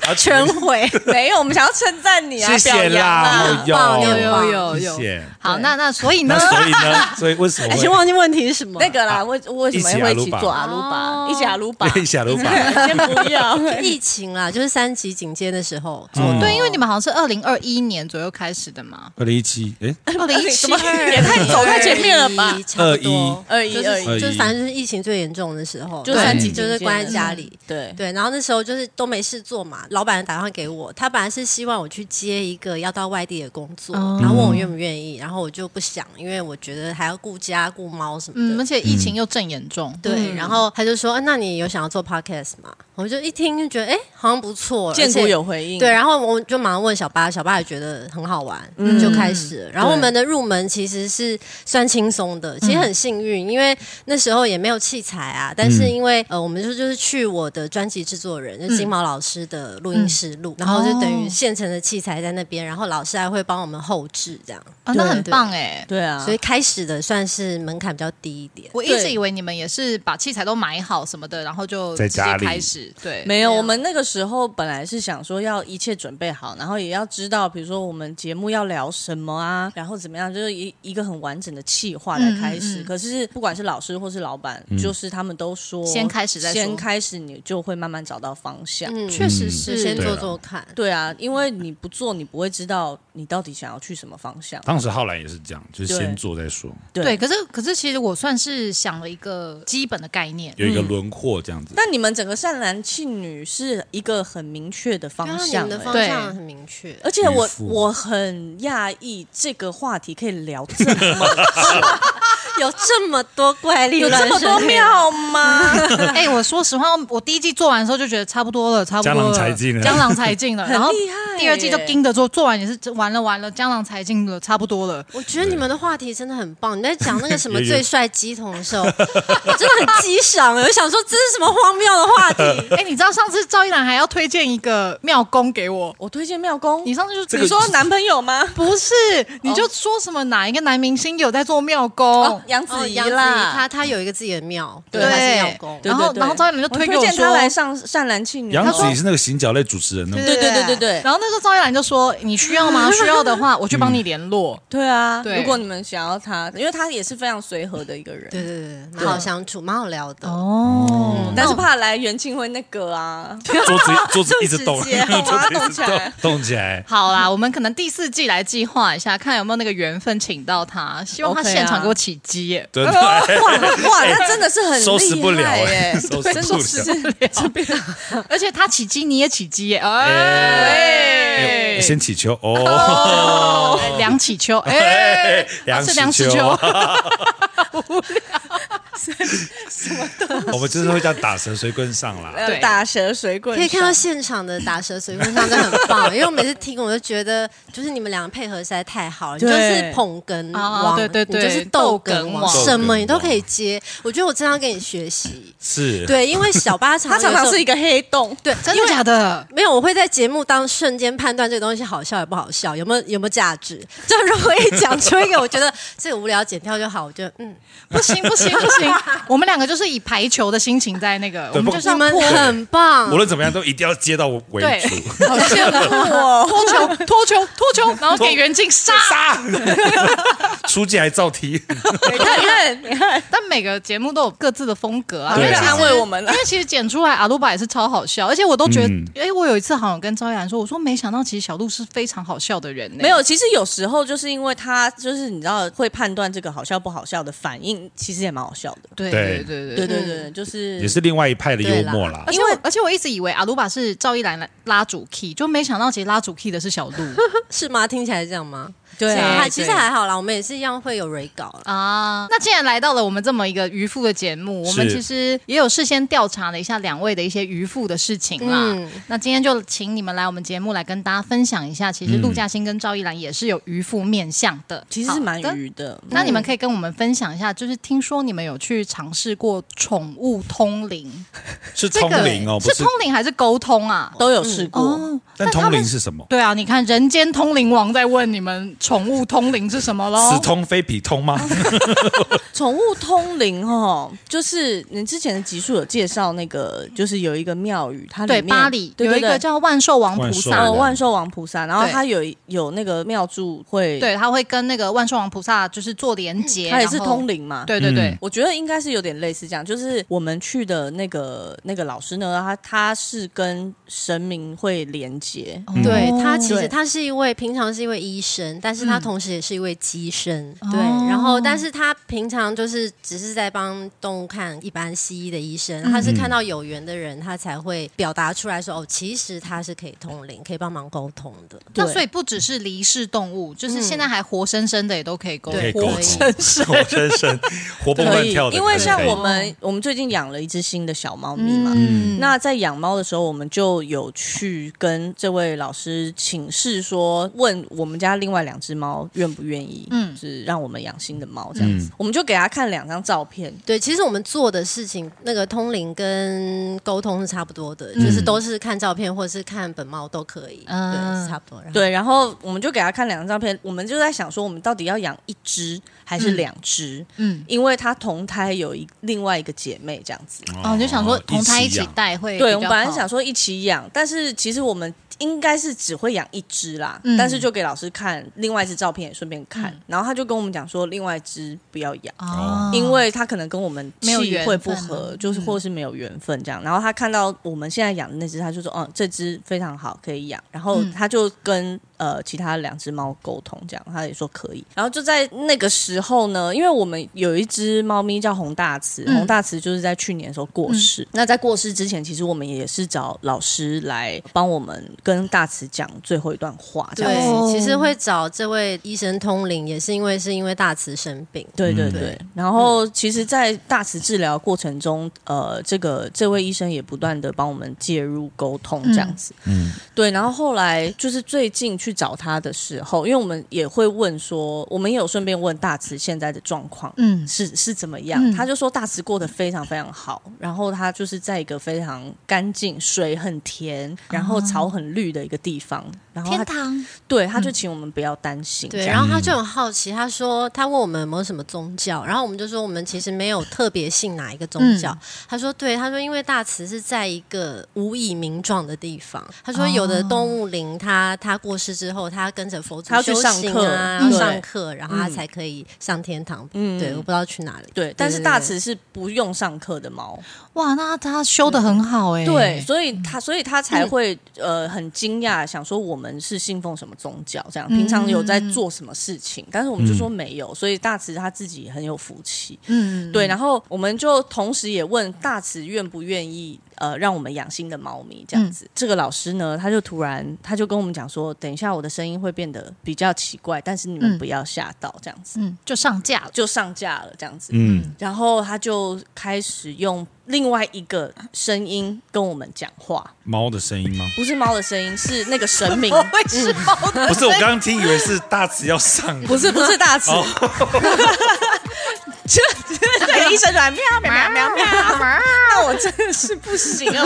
[SPEAKER 2] 啊
[SPEAKER 5] 全毁。
[SPEAKER 4] 没有，我们想要称赞你啊，
[SPEAKER 2] 谢谢啦，
[SPEAKER 5] 表扬啊
[SPEAKER 2] 哦
[SPEAKER 5] 很
[SPEAKER 3] 有
[SPEAKER 5] 棒
[SPEAKER 2] 有。
[SPEAKER 3] 有有
[SPEAKER 2] 谢
[SPEAKER 3] 有
[SPEAKER 2] 谢。
[SPEAKER 3] 好，那那所以呢
[SPEAKER 2] 那？所以呢？所以为什么
[SPEAKER 5] 哎，
[SPEAKER 2] 会
[SPEAKER 5] 先忘记问题是什么？
[SPEAKER 4] 那个啦，为为什么会一起做阿
[SPEAKER 2] 阿
[SPEAKER 4] 鲁
[SPEAKER 3] 巴
[SPEAKER 4] 巴？一起阿鲁巴，
[SPEAKER 2] 一起阿哎鲁巴
[SPEAKER 4] 哦 先不要。
[SPEAKER 5] 疫情啦，就是三级警戒的时候，
[SPEAKER 4] 哦
[SPEAKER 2] 嗯
[SPEAKER 3] 对，因为你们好像是二零二一年左右开始的嘛，
[SPEAKER 2] 二零一七？哎，
[SPEAKER 3] 二零一
[SPEAKER 4] 什
[SPEAKER 3] 七
[SPEAKER 4] 么也太走太前面了吧？
[SPEAKER 5] 差不多
[SPEAKER 4] 二一
[SPEAKER 5] 就
[SPEAKER 4] 二一
[SPEAKER 5] 是就是
[SPEAKER 2] 21
[SPEAKER 5] 反正就是疫情最严重的时候，
[SPEAKER 4] 就
[SPEAKER 5] 对
[SPEAKER 4] 三级
[SPEAKER 5] 就是
[SPEAKER 4] 警戒
[SPEAKER 5] 关
[SPEAKER 4] 的
[SPEAKER 5] 在
[SPEAKER 4] 时候
[SPEAKER 5] 家里。
[SPEAKER 3] 嗯
[SPEAKER 4] 对，
[SPEAKER 5] 对，然后那时候就是都没事做嘛，老板打电话给我，他本来是希望我去接一个要到外地的工作，
[SPEAKER 3] 哦
[SPEAKER 5] 然后问我
[SPEAKER 4] 嗯
[SPEAKER 5] 愿不愿意，然后我就不想，因为我觉得还要顾家顾猫什么
[SPEAKER 3] 嗯，
[SPEAKER 5] 的。
[SPEAKER 3] 而且疫情又正严重，
[SPEAKER 4] 嗯
[SPEAKER 5] 对，然后他就说、啊那你有想要做 podcast 吗？”我就一听就觉得，哎，好像不错，
[SPEAKER 4] 建
[SPEAKER 5] 而
[SPEAKER 4] 国
[SPEAKER 5] 且
[SPEAKER 4] 有回应，
[SPEAKER 5] 对，，然后我就马上问小八，小八也觉得很好玩，就开始了。然后我们的入门其实是算轻松的，其实
[SPEAKER 4] 嗯
[SPEAKER 5] 很幸运，因为那时候也没有器材啊。但是因为、呃，我们就就是去我的专辑制作人，就是
[SPEAKER 4] 嗯
[SPEAKER 5] 金毛老师的录音室录，然后就等
[SPEAKER 4] 哦
[SPEAKER 5] 于现成的器材在那边，然后老师还会帮我们后置这样。
[SPEAKER 3] 啊，那
[SPEAKER 4] 对
[SPEAKER 3] 很
[SPEAKER 5] 对
[SPEAKER 3] 棒哎。
[SPEAKER 4] 对啊，
[SPEAKER 5] 所以开始的算是门槛比较低一点。
[SPEAKER 3] 我一直
[SPEAKER 4] 对
[SPEAKER 3] 以为你们也是把器材都买好什么的，然后就
[SPEAKER 2] 在
[SPEAKER 3] 直接
[SPEAKER 2] 家里嗯
[SPEAKER 3] 开始。对，
[SPEAKER 4] 没有，
[SPEAKER 5] 没有
[SPEAKER 4] 我们那个时候本来是想说要一切准备好，然后也要知道，比如说我们节目要聊什么啊，然后怎么样，就是一一个很完整的计划来开始。
[SPEAKER 3] 嗯嗯嗯
[SPEAKER 4] 可是不管是老师或是老板，就是他们都说
[SPEAKER 3] 先开始再说
[SPEAKER 4] 先开始你就会慢慢找到方向。
[SPEAKER 5] 嗯，
[SPEAKER 3] 确实
[SPEAKER 5] 就是先
[SPEAKER 2] 对
[SPEAKER 5] 做
[SPEAKER 2] 啦
[SPEAKER 5] 做看。
[SPEAKER 4] 对啊，因为你不做，你不会知道你到底想要去什么方向。
[SPEAKER 2] 当时浩然也是这样，就是
[SPEAKER 4] 对
[SPEAKER 2] 先做再说，
[SPEAKER 3] 对。可是可是，其实我算是想了一个基本的概念。
[SPEAKER 2] 嗯有一个轮廓这样子。
[SPEAKER 4] 但你们整个善男男庆女是一个很明确的方
[SPEAKER 5] 对啊，你
[SPEAKER 4] 向、
[SPEAKER 5] 们的
[SPEAKER 4] 欸
[SPEAKER 5] 方
[SPEAKER 3] 对
[SPEAKER 5] 向很明确。
[SPEAKER 4] 而且我
[SPEAKER 2] 渔夫
[SPEAKER 4] 我很讶异，这个话题可以聊这么
[SPEAKER 5] 有这么多怪力
[SPEAKER 4] 有
[SPEAKER 5] 乱
[SPEAKER 4] 这
[SPEAKER 5] 神，
[SPEAKER 4] 么多妙吗？
[SPEAKER 3] 哎、我说实话，我第一季做完的时候就觉得差不多了，差不多了，
[SPEAKER 2] 江郎才尽了
[SPEAKER 3] 江郎才尽了。然后
[SPEAKER 4] 厉害耶
[SPEAKER 3] 第二季就盯着做，做完也是完了完了，江郎才尽了，差不多了。
[SPEAKER 5] 我觉得你们的话题真的很棒。你在讲那个什么最帅鸡桶的时候，我真的很激赏。我想说，这是什么荒谬的话题？
[SPEAKER 3] 哎、你知道上次赵一楠还要推荐一个庙公给我，
[SPEAKER 4] 我推荐妙公，
[SPEAKER 3] 你
[SPEAKER 4] 你
[SPEAKER 3] 上次就、
[SPEAKER 2] 这个
[SPEAKER 3] 你
[SPEAKER 4] 说男朋友吗？
[SPEAKER 3] 不是，你就说什么哪一个男明星有在做庙公？
[SPEAKER 4] 哦，杨
[SPEAKER 5] 哦，
[SPEAKER 4] 子怡
[SPEAKER 5] 杨子怡她
[SPEAKER 4] 啦，
[SPEAKER 5] 她有一个自己的庙，
[SPEAKER 4] 对
[SPEAKER 5] 还是庙公。
[SPEAKER 4] 对
[SPEAKER 3] 然后
[SPEAKER 4] 对对
[SPEAKER 3] 然后赵一楠就
[SPEAKER 4] 我
[SPEAKER 3] 推给
[SPEAKER 4] 推
[SPEAKER 3] 我
[SPEAKER 4] 荐他
[SPEAKER 3] 说
[SPEAKER 4] 来上善男信女。
[SPEAKER 2] 杨
[SPEAKER 4] 他
[SPEAKER 2] 子
[SPEAKER 4] 说
[SPEAKER 2] 怡是那个行脚类主持人呢，
[SPEAKER 4] 对对对对对
[SPEAKER 3] 然后那时候赵一楠就说：“你需要吗？需要的话，我去帮你联络。
[SPEAKER 4] 对啊，
[SPEAKER 3] 对
[SPEAKER 4] 如果你们想要他，因为他也是非常随和的一个人，
[SPEAKER 5] 对对对，蛮好相处，蛮好聊的。
[SPEAKER 3] 哦
[SPEAKER 4] 但是怕来元庆会那个啊，
[SPEAKER 2] 桌子桌子一直动，
[SPEAKER 4] 就
[SPEAKER 2] 桌子 一
[SPEAKER 4] 直接把它动起
[SPEAKER 2] 直
[SPEAKER 4] 来
[SPEAKER 2] 动，动起来。
[SPEAKER 3] 好啦，我们可能第四季来计划一下，看有没有那个缘分请到他。希望他
[SPEAKER 4] OK 啊
[SPEAKER 3] 现场给我起鸡耶！
[SPEAKER 2] 对，
[SPEAKER 4] 哇哇，那真的是很
[SPEAKER 2] 哎收拾不了
[SPEAKER 4] 厉害耶
[SPEAKER 2] 哎收拾不了
[SPEAKER 4] 真是这边啊
[SPEAKER 3] 而且他起鸡，你也起鸡耶！哎，
[SPEAKER 2] 哎先起球哦，
[SPEAKER 3] 哦，梁启秋，哎，
[SPEAKER 2] 梁
[SPEAKER 3] 是
[SPEAKER 2] 启
[SPEAKER 3] 梁启
[SPEAKER 2] 秋
[SPEAKER 3] 秋，
[SPEAKER 2] 我们就是会这样打蛇随棍上啦。
[SPEAKER 4] 呃打蛇随棍
[SPEAKER 5] 可
[SPEAKER 4] 上，
[SPEAKER 5] 以看到现场的打蛇随棍上真的很棒，因为我每次听我就觉得，就是你们两个配合实在太好了，你就
[SPEAKER 4] 对
[SPEAKER 5] 是捧哏
[SPEAKER 3] 啊
[SPEAKER 5] 王，
[SPEAKER 3] 对对对
[SPEAKER 5] 你就是逗哏
[SPEAKER 3] 逗哏王
[SPEAKER 5] 什么你都可以接。我觉得我真的要跟你学 习，
[SPEAKER 2] 是，
[SPEAKER 5] 对，因为小八常
[SPEAKER 4] 他常常
[SPEAKER 5] 有时候
[SPEAKER 4] 是一个黑洞，
[SPEAKER 5] 对，
[SPEAKER 3] 真
[SPEAKER 5] 因
[SPEAKER 3] 的
[SPEAKER 5] 为
[SPEAKER 3] 假的？
[SPEAKER 5] 没有，我会在节目当瞬间判断这个东西好笑也不好笑，有没有有没有价值。 就如果一讲出一个我觉得这个无聊剪掉就好，我就嗯，
[SPEAKER 3] 不行不行不行！我们两个就是以排球的心情在那个，我们
[SPEAKER 2] 不
[SPEAKER 3] 就是
[SPEAKER 5] 你
[SPEAKER 3] 要
[SPEAKER 5] 们
[SPEAKER 3] 脱
[SPEAKER 5] 很棒
[SPEAKER 2] 无。论怎么样都一定要接到为
[SPEAKER 3] 对
[SPEAKER 2] 主。
[SPEAKER 4] 好羡慕哦。
[SPEAKER 3] 脱球啊脱球脱球，然后给袁静 杀。
[SPEAKER 2] 杀， 出界还照踢，
[SPEAKER 4] 你看，你 看，你看，
[SPEAKER 3] 但每个节目都有各自的风格啊，
[SPEAKER 2] 对
[SPEAKER 3] 因为
[SPEAKER 2] 啊
[SPEAKER 3] 其实
[SPEAKER 4] 安慰我们了
[SPEAKER 3] 因为其实剪出来阿鲁巴也是超好笑，而且我都觉得
[SPEAKER 2] 嗯，
[SPEAKER 3] 哎、我有一次好像跟赵一然说，我说没想到其实小鹿是非常好笑的人、呢。
[SPEAKER 4] 没有，其实有时候就是因为他，就是你知道会判断这个好笑不好笑的反应，其实也蛮好笑的。
[SPEAKER 3] 对
[SPEAKER 2] 对
[SPEAKER 3] 对对对
[SPEAKER 4] 对
[SPEAKER 3] 对。
[SPEAKER 4] 对对，就是
[SPEAKER 2] 也是另外一派的幽默啦
[SPEAKER 3] 而。且
[SPEAKER 4] 因为
[SPEAKER 3] 我而且我一直以为阿鲁巴是赵一然来拉主 key，就没想到其实拉主 key 的是小鹿
[SPEAKER 5] 是吗？听起来是这样吗？
[SPEAKER 4] 对
[SPEAKER 5] 是
[SPEAKER 4] 啊
[SPEAKER 5] 还其实还好啦，我们也是一样会有 re 稿啦。
[SPEAKER 3] 啊。那既然来到了我们这么一个渔夫的节目，我们
[SPEAKER 2] 是
[SPEAKER 3] 其实也有事先调查了一下两位的一些渔夫的事情啦。
[SPEAKER 5] 嗯
[SPEAKER 3] 那今天就请你们来我们节目来跟大家分享一下，其实陆嘉欣跟赵一然也是有渔夫面向的，
[SPEAKER 4] 其实是蛮
[SPEAKER 3] 好的
[SPEAKER 4] 鱼的。嗯
[SPEAKER 3] 那你们可以跟我们分享一下，就是听说你们有去尝试过宠物通灵，
[SPEAKER 2] 是
[SPEAKER 3] 这
[SPEAKER 2] 通
[SPEAKER 3] 个
[SPEAKER 2] 灵哦，不
[SPEAKER 3] 是通灵还是沟通啊？
[SPEAKER 4] 都有试过，
[SPEAKER 3] 哦，
[SPEAKER 2] 但通灵是什么？
[SPEAKER 3] 对啊，你看人间通灵王在问你们宠物通灵是什么
[SPEAKER 2] 此
[SPEAKER 3] 喽？
[SPEAKER 2] 通非彼通吗？
[SPEAKER 4] 宠物通灵哦，就是你之前的集数有介绍那个，就是有一个庙宇，它里
[SPEAKER 3] 对，
[SPEAKER 4] 面
[SPEAKER 3] 巴黎
[SPEAKER 4] 对
[SPEAKER 3] 有一
[SPEAKER 4] 对
[SPEAKER 3] 个
[SPEAKER 4] 对
[SPEAKER 3] 叫万寿王菩
[SPEAKER 2] 万寿
[SPEAKER 3] 萨，
[SPEAKER 4] 哦
[SPEAKER 2] 王
[SPEAKER 4] 万寿王菩萨，然后
[SPEAKER 3] 对
[SPEAKER 4] 它有有那个庙祝会，
[SPEAKER 3] 对，他会跟那个万寿王菩萨就是做连接，
[SPEAKER 4] 嗯它也是
[SPEAKER 3] 然后
[SPEAKER 4] 通。灵啊嘛，
[SPEAKER 3] 对对对，
[SPEAKER 4] 我觉得应该是有点类似这样，就是我们去的那个那个老师呢，他他是跟神明会连接，
[SPEAKER 3] 嗯
[SPEAKER 5] 对
[SPEAKER 3] 哦
[SPEAKER 5] 他其实
[SPEAKER 4] 对
[SPEAKER 5] 他是一位平常是一位医生，但是他同时也是一位机生，对。
[SPEAKER 3] 哦
[SPEAKER 5] 然后，但是他平常就是只是在帮动物看一般西医的医生，他是看到有缘的人，他才会表达出来说哦，其实他是可以通灵，可以帮忙沟通的。
[SPEAKER 3] 那
[SPEAKER 4] 对嗯
[SPEAKER 3] 所以不只是离世动物，就是现在还活生生的也都可以沟通。
[SPEAKER 2] 可以
[SPEAKER 5] 对
[SPEAKER 2] 沟
[SPEAKER 5] 活
[SPEAKER 2] 通，活生生，活蹦
[SPEAKER 4] 可
[SPEAKER 2] 乱
[SPEAKER 4] 以
[SPEAKER 2] 跳，的，
[SPEAKER 4] 因为像我
[SPEAKER 2] 可以
[SPEAKER 4] 们我们最近养了一只新的小猫咪嘛。
[SPEAKER 3] 嗯，
[SPEAKER 4] 那在养猫的时候，我们就有去跟这位老师请示说，问我们家另外两只猫愿不愿意，
[SPEAKER 3] 嗯
[SPEAKER 4] 嗯，是让我们养新的猫这样子。
[SPEAKER 2] 嗯
[SPEAKER 4] 我们就给他看两张照片，
[SPEAKER 5] 对，其实我们做的事情，那个通灵跟沟通是差不多的，就是都是看照片或者是看本猫都可以，
[SPEAKER 3] 嗯
[SPEAKER 5] 对，是差不多。然后
[SPEAKER 4] 对，然后我们就给他看两张照片，我们就在想说，我们到底要养一只还是
[SPEAKER 3] 嗯
[SPEAKER 4] 两只？
[SPEAKER 3] 嗯，
[SPEAKER 4] 因为她同胎有一另外一个姐妹这样子。
[SPEAKER 3] 哦，你就想说同胎一起
[SPEAKER 2] 养
[SPEAKER 3] 带会，
[SPEAKER 4] 对，我们本来想，说一起养，但是其实我们应该是只会养一只啦。
[SPEAKER 3] 嗯
[SPEAKER 4] 但是就给老师看另外一只照片，也顺便看。然后他就跟我们讲说，另外一只不要养。
[SPEAKER 3] 哦，
[SPEAKER 4] 嗯因为他可能跟我们
[SPEAKER 3] 没有
[SPEAKER 4] 气
[SPEAKER 3] 缘
[SPEAKER 4] 会不
[SPEAKER 3] 分
[SPEAKER 4] 合
[SPEAKER 3] 吗，
[SPEAKER 4] 就是
[SPEAKER 3] 嗯
[SPEAKER 4] 或是没有缘分这样。然后他看到我们现在养的那只，他就说：“哦、这只非常好，可以养。”然后
[SPEAKER 3] 嗯
[SPEAKER 4] 他就跟呃其他两只猫沟通，这样他也说可以。然后就在那个时候呢，因为我们有一只猫咪叫红大慈，
[SPEAKER 3] 嗯
[SPEAKER 4] 红大慈就是在去年的时候过世。那在过世之前，其实我们也是找老师来帮我们跟大慈讲最后一段话，这样子。
[SPEAKER 5] 对，其实
[SPEAKER 3] 哦
[SPEAKER 5] 会找这位医生通灵，也是因为是因为大慈生病。
[SPEAKER 4] 对对
[SPEAKER 2] 嗯
[SPEAKER 4] 对，然后其实，在大慈治疗过程中，呃，这个这位医生也不断的帮我们介入沟通这样子，
[SPEAKER 2] 嗯，
[SPEAKER 4] 对，然后后来就是最近去找他的时候，因为我们也会问说，我们也有顺便问大慈现在的状况，
[SPEAKER 3] 嗯
[SPEAKER 4] 是是怎么样？
[SPEAKER 3] 嗯
[SPEAKER 4] 他就说大慈过得非常非常好，然后他就是在一个非常干净、水很甜，然后草很绿的一个地方，然后他
[SPEAKER 3] 堂，
[SPEAKER 4] 对他就请我们不要担心，
[SPEAKER 5] 对，
[SPEAKER 4] 这样
[SPEAKER 5] 然后他就很好奇，他说他问我们有没有什么宗教，然后我们就说我们其实没有特别信哪一个宗
[SPEAKER 4] 嗯
[SPEAKER 5] 教。他说对，他说因为大慈是在一个无以名状的地方，他说有的动物灵它它过世之后，它跟着佛祖
[SPEAKER 4] 它要去
[SPEAKER 5] 修行啊，
[SPEAKER 4] 上课嗯
[SPEAKER 5] 要
[SPEAKER 4] 对
[SPEAKER 5] 上课，然后它才可以上天堂。嗯，对，我不知道去哪里。
[SPEAKER 4] 对，但是大慈是不用上课的猫，
[SPEAKER 3] 哇，那他修的很好哎、嗯
[SPEAKER 4] 对，，所以他所以他才会、呃很惊讶，想说我们是信奉什么宗教，这
[SPEAKER 3] 嗯
[SPEAKER 4] 样平常有在做什么事情，但是我们就说没有，所以大慈他自己也很有福气，
[SPEAKER 3] 嗯，
[SPEAKER 4] 对，然后我们就同时也问大慈愿不愿意。呃，让我们养新的猫咪这样子。
[SPEAKER 3] 嗯
[SPEAKER 4] 这个老师呢，他就突然他就跟我们讲说，等一下我的声音会变得比较奇怪，但是你们
[SPEAKER 3] 嗯
[SPEAKER 4] 不要吓到这样子，
[SPEAKER 3] 嗯，就上架 了。
[SPEAKER 4] 就上架了这样子。
[SPEAKER 2] 嗯，
[SPEAKER 4] 然后他就开始用另外一个声音跟我们讲话，
[SPEAKER 2] 猫的声音吗？
[SPEAKER 4] 不是猫的声音，是那个神明，
[SPEAKER 3] 会是猫的
[SPEAKER 2] 不是，我刚刚听以为是大慈要上，
[SPEAKER 4] 不是不是大慈，这这个医生来喵喵喵喵喵， 那我真的是不行啊，